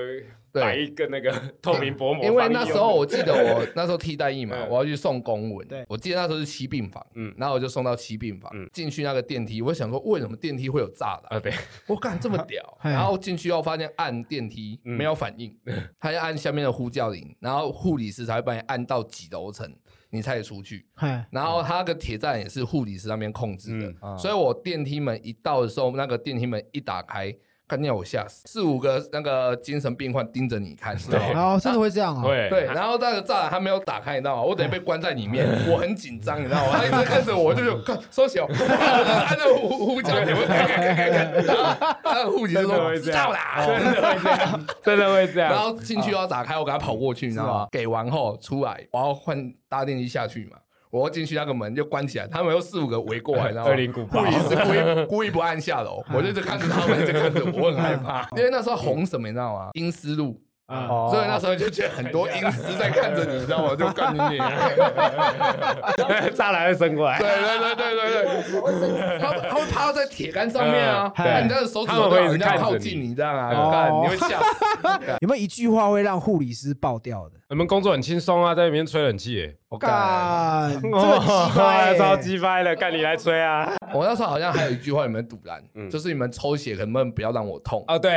Speaker 2: 对
Speaker 4: 摆一个那个 透明薄膜，
Speaker 2: 因为
Speaker 4: 防疫
Speaker 2: 那时
Speaker 4: 用
Speaker 2: 候
Speaker 4: 的
Speaker 2: 我记得 我那时候替代役嘛，
Speaker 4: 嗯
Speaker 2: 我要去送公文
Speaker 1: 对，
Speaker 2: 我记得那时候是七病房，
Speaker 4: 嗯
Speaker 2: 然后我就送到七病房
Speaker 4: 嗯，
Speaker 2: 进去那个电梯，我想说为什么电梯会有栅栏？
Speaker 4: 啊对，
Speaker 2: 我干这么屌，
Speaker 1: 嘿
Speaker 2: 然后进去后发现按电梯
Speaker 4: 嗯
Speaker 2: 没有反应，他就按下面的呼叫铃，然后护理师才会帮你按到几楼层，你才出去。
Speaker 1: 哎，
Speaker 2: 然后他那个铁栅栏也是护理师那边控制的，
Speaker 5: 嗯
Speaker 2: 所以我电梯门一到的时候，那个电梯门一打开，看见我吓死，四五个那个精神病患盯着你看，对
Speaker 1: 然后真的会这样哦，
Speaker 4: 对
Speaker 2: 啊对，然后那个栅栏还没有打开，你知道吗？我等于被关在里 面，我很紧张，你知道吗？他一直看着我，就是看收小， 按着呼呼叫你们，看看看看看，然后他的护理就
Speaker 4: 真的
Speaker 2: 说
Speaker 4: 会这
Speaker 2: 知
Speaker 4: 样
Speaker 2: 道啦，
Speaker 4: 真的会 这样，真的会这
Speaker 2: 然
Speaker 4: 样。
Speaker 2: 后进去要打开，我给他跑过去，你知道吗？
Speaker 4: 啊
Speaker 2: 给完后出来，我要换搭电梯下去嘛。我要进去那个门就关起来，他们有四五个围过来，你知道吗？
Speaker 4: 二零古堡
Speaker 2: 护理师故意故意不按下楼，我就一直看着他们，一直看着我，我很害 怕。因为那时候红什么，你知道吗？阴丝路，
Speaker 1: 啊，
Speaker 5: 哦
Speaker 2: 所以那时候就觉得很多阴司在看着你，你知道吗？就干你你。
Speaker 4: 栅栏会伸过来
Speaker 2: 对，对对对对对，他他会趴在铁杆上面啊，
Speaker 1: 嗯
Speaker 2: 那你这样手指头
Speaker 4: 他们会一直
Speaker 2: 人家
Speaker 4: 看着
Speaker 2: 靠
Speaker 4: 你
Speaker 2: 近你这样啊，
Speaker 1: 哦
Speaker 2: 干你会吓死。
Speaker 1: 有没有一句话会让护理师爆掉的？
Speaker 4: 你们工作很轻松啊，在那边吹冷气耶，
Speaker 5: 哦
Speaker 2: 我干，
Speaker 1: 干，这个 鸡掰
Speaker 4: 哦超
Speaker 1: 欸
Speaker 4: 鸡掰的，干你来 吹啊！
Speaker 2: 我那时候好像还有一句话你们堵拦，
Speaker 4: 嗯
Speaker 2: 就是你们抽血能不能不要让我痛，
Speaker 4: 哦啊对，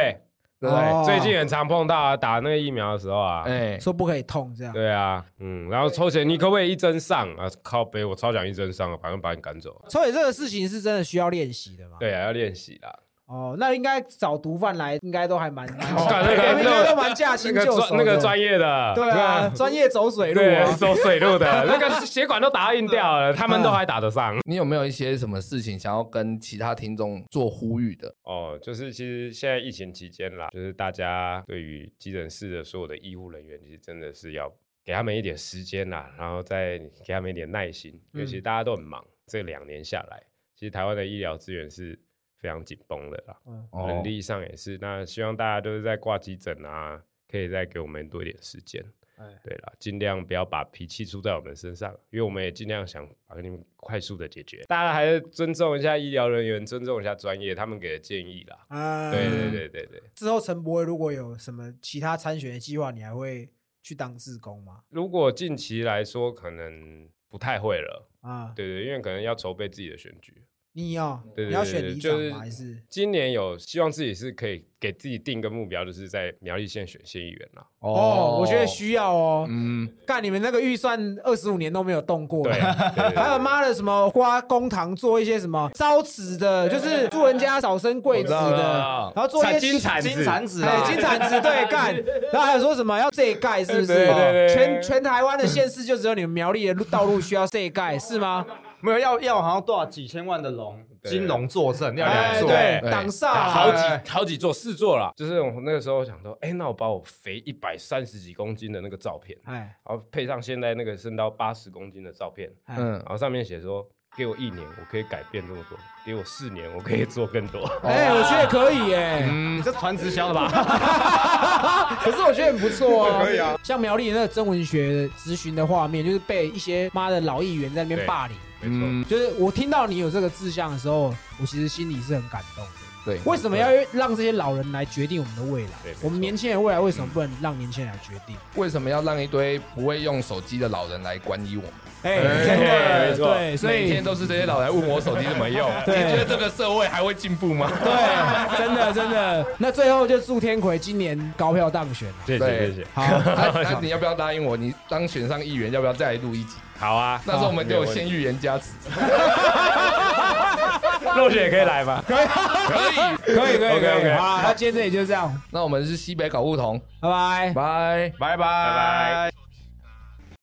Speaker 2: 对不对？
Speaker 1: 哦
Speaker 4: 最近很常碰到啊，打那个疫苗的时候啊，
Speaker 2: 哎，
Speaker 1: 说不可以痛这样，
Speaker 4: 对啊，嗯，然后抽血，你可不可以一针上啊？靠背，我超想一针上啊，反正把你赶走。
Speaker 1: 所以这个事情是真的需要练习的嘛？
Speaker 4: 对啊，要练习啦。
Speaker 1: 哦，那应该找毒贩来，应该都还蛮，蛮
Speaker 4: 干哦那个
Speaker 1: 应该都蛮驾
Speaker 4: 那
Speaker 1: 轻
Speaker 4: 个
Speaker 1: 就
Speaker 4: 专
Speaker 1: 熟的
Speaker 4: 那个专业的，
Speaker 1: 对啊，专业走水路
Speaker 4: 对，
Speaker 1: 啊，
Speaker 4: 走水 路的，那个血管都打到硬掉了，他们都还打得上。
Speaker 2: 你有没有一些什么事情想要跟其他听众做呼吁的？
Speaker 4: 哦，就是其实现在疫情期间啦，就是大家对于急诊室的所有的医护人员，其实真的是要给他们一点时间啦，然后再给他们一点耐心，
Speaker 1: 嗯
Speaker 4: 因为其实大家都很忙，这两年下来，其实台湾的医疗资源是非常紧绷的啦。
Speaker 1: 哦
Speaker 4: 能力上也是。那希望大家都是在挂急诊啊，可以再给我们多一点时间。
Speaker 1: 哎
Speaker 4: 对了，尽量不要把脾气出在我们身上，因为我们也尽量想把你们快速的解决。大家还是尊重一下医疗人员，尊重一下专业，他们给的建议啦。
Speaker 1: 啊，
Speaker 4: 对对对对对，
Speaker 1: 之后陈博威如果有什么其他参选的计划，你还会去当志工吗？
Speaker 4: 如果近期来说，可能不太会了。
Speaker 1: 啊，
Speaker 4: 对对，因为可能要筹备自己的选举。
Speaker 1: 你要
Speaker 4: 对对对
Speaker 1: 你要选里长
Speaker 4: 就
Speaker 1: 吗？还是
Speaker 4: 今年有希望自己是可以给自己定个目标，就是在苗栗县选县议员啦。
Speaker 1: 哦，我觉得需要哦。
Speaker 2: 嗯，
Speaker 1: 干你们那个预算二十五年都没有动过，
Speaker 4: 对，对对对
Speaker 1: 还有妈的什么花公堂做一些什么烧纸的，就是助人家少生贵子
Speaker 2: 我知道
Speaker 1: 的，
Speaker 2: 了
Speaker 1: 然后做一些
Speaker 4: 金铲哦子
Speaker 3: 金铲子啊，
Speaker 1: 对，金铲子对干，然后还有说什么要这一盖是不是？
Speaker 4: 对对对
Speaker 1: 全全台湾的县市就只有你们苗栗的路道路需要这一盖是吗？
Speaker 5: 没有要要好像多少几
Speaker 3: 几千万的龙，
Speaker 5: 金融作证，要
Speaker 4: 哎
Speaker 5: 两座，
Speaker 1: 对，
Speaker 2: 对
Speaker 1: 挡煞
Speaker 4: 好
Speaker 1: 啊
Speaker 4: 几好几座四座啦，就是我那个时候想说，哎、那我把我肥一百三十几公斤的那个照片，
Speaker 1: 哎
Speaker 4: 然后配上现在那个升到八十公斤的照片，
Speaker 2: 嗯
Speaker 4: 然，后上面写说，给我一年我可以改变这么多，给我四年我可以做更多。
Speaker 1: 哎，我觉得可以耶，
Speaker 2: 嗯
Speaker 5: 你这传直销的吧？
Speaker 1: 可是我觉得很不错啊，
Speaker 3: 可以啊。
Speaker 1: 像苗栗那个曾文学咨询的画面，就是被一些妈的老议员在那边
Speaker 4: 对
Speaker 1: 霸凌。
Speaker 4: 没错，
Speaker 2: 嗯
Speaker 1: 就是我听到你有这个志向的时候，我其实心里是很感动的。
Speaker 2: 对，
Speaker 1: 为什么要让这些老人来决定我们的未来
Speaker 4: 对没？错
Speaker 1: 我们年轻人的未来为什么不能让年轻人来决定？
Speaker 2: 为什么要让一堆不会用手机的老人来管理我们？
Speaker 1: 哎，
Speaker 4: 真的没错
Speaker 1: 对，所
Speaker 2: 哎每
Speaker 1: 以
Speaker 2: 天都是这些老人来问我手机怎么用，你
Speaker 1: 对
Speaker 2: 觉得这个社会还会进步吗？
Speaker 1: 对，真的真的。那最后就祝天魁今年高票当选啊
Speaker 4: 谢 谢
Speaker 2: 对啊
Speaker 4: 谢谢，
Speaker 1: 好，
Speaker 2: 那那你要不要答应我？你当选上议员，要不要再来录一集？
Speaker 4: 好啊，
Speaker 2: 那时候我们就有先预言加持，
Speaker 4: 肉血也可以来吧？
Speaker 2: 可 以。
Speaker 1: 可以可以可
Speaker 4: OK，OK
Speaker 1: 以。好啦，那今天这里就这样，
Speaker 2: 那我们是西北搞不同，
Speaker 1: 拜拜。
Speaker 2: 拜。
Speaker 4: 拜拜拜拜。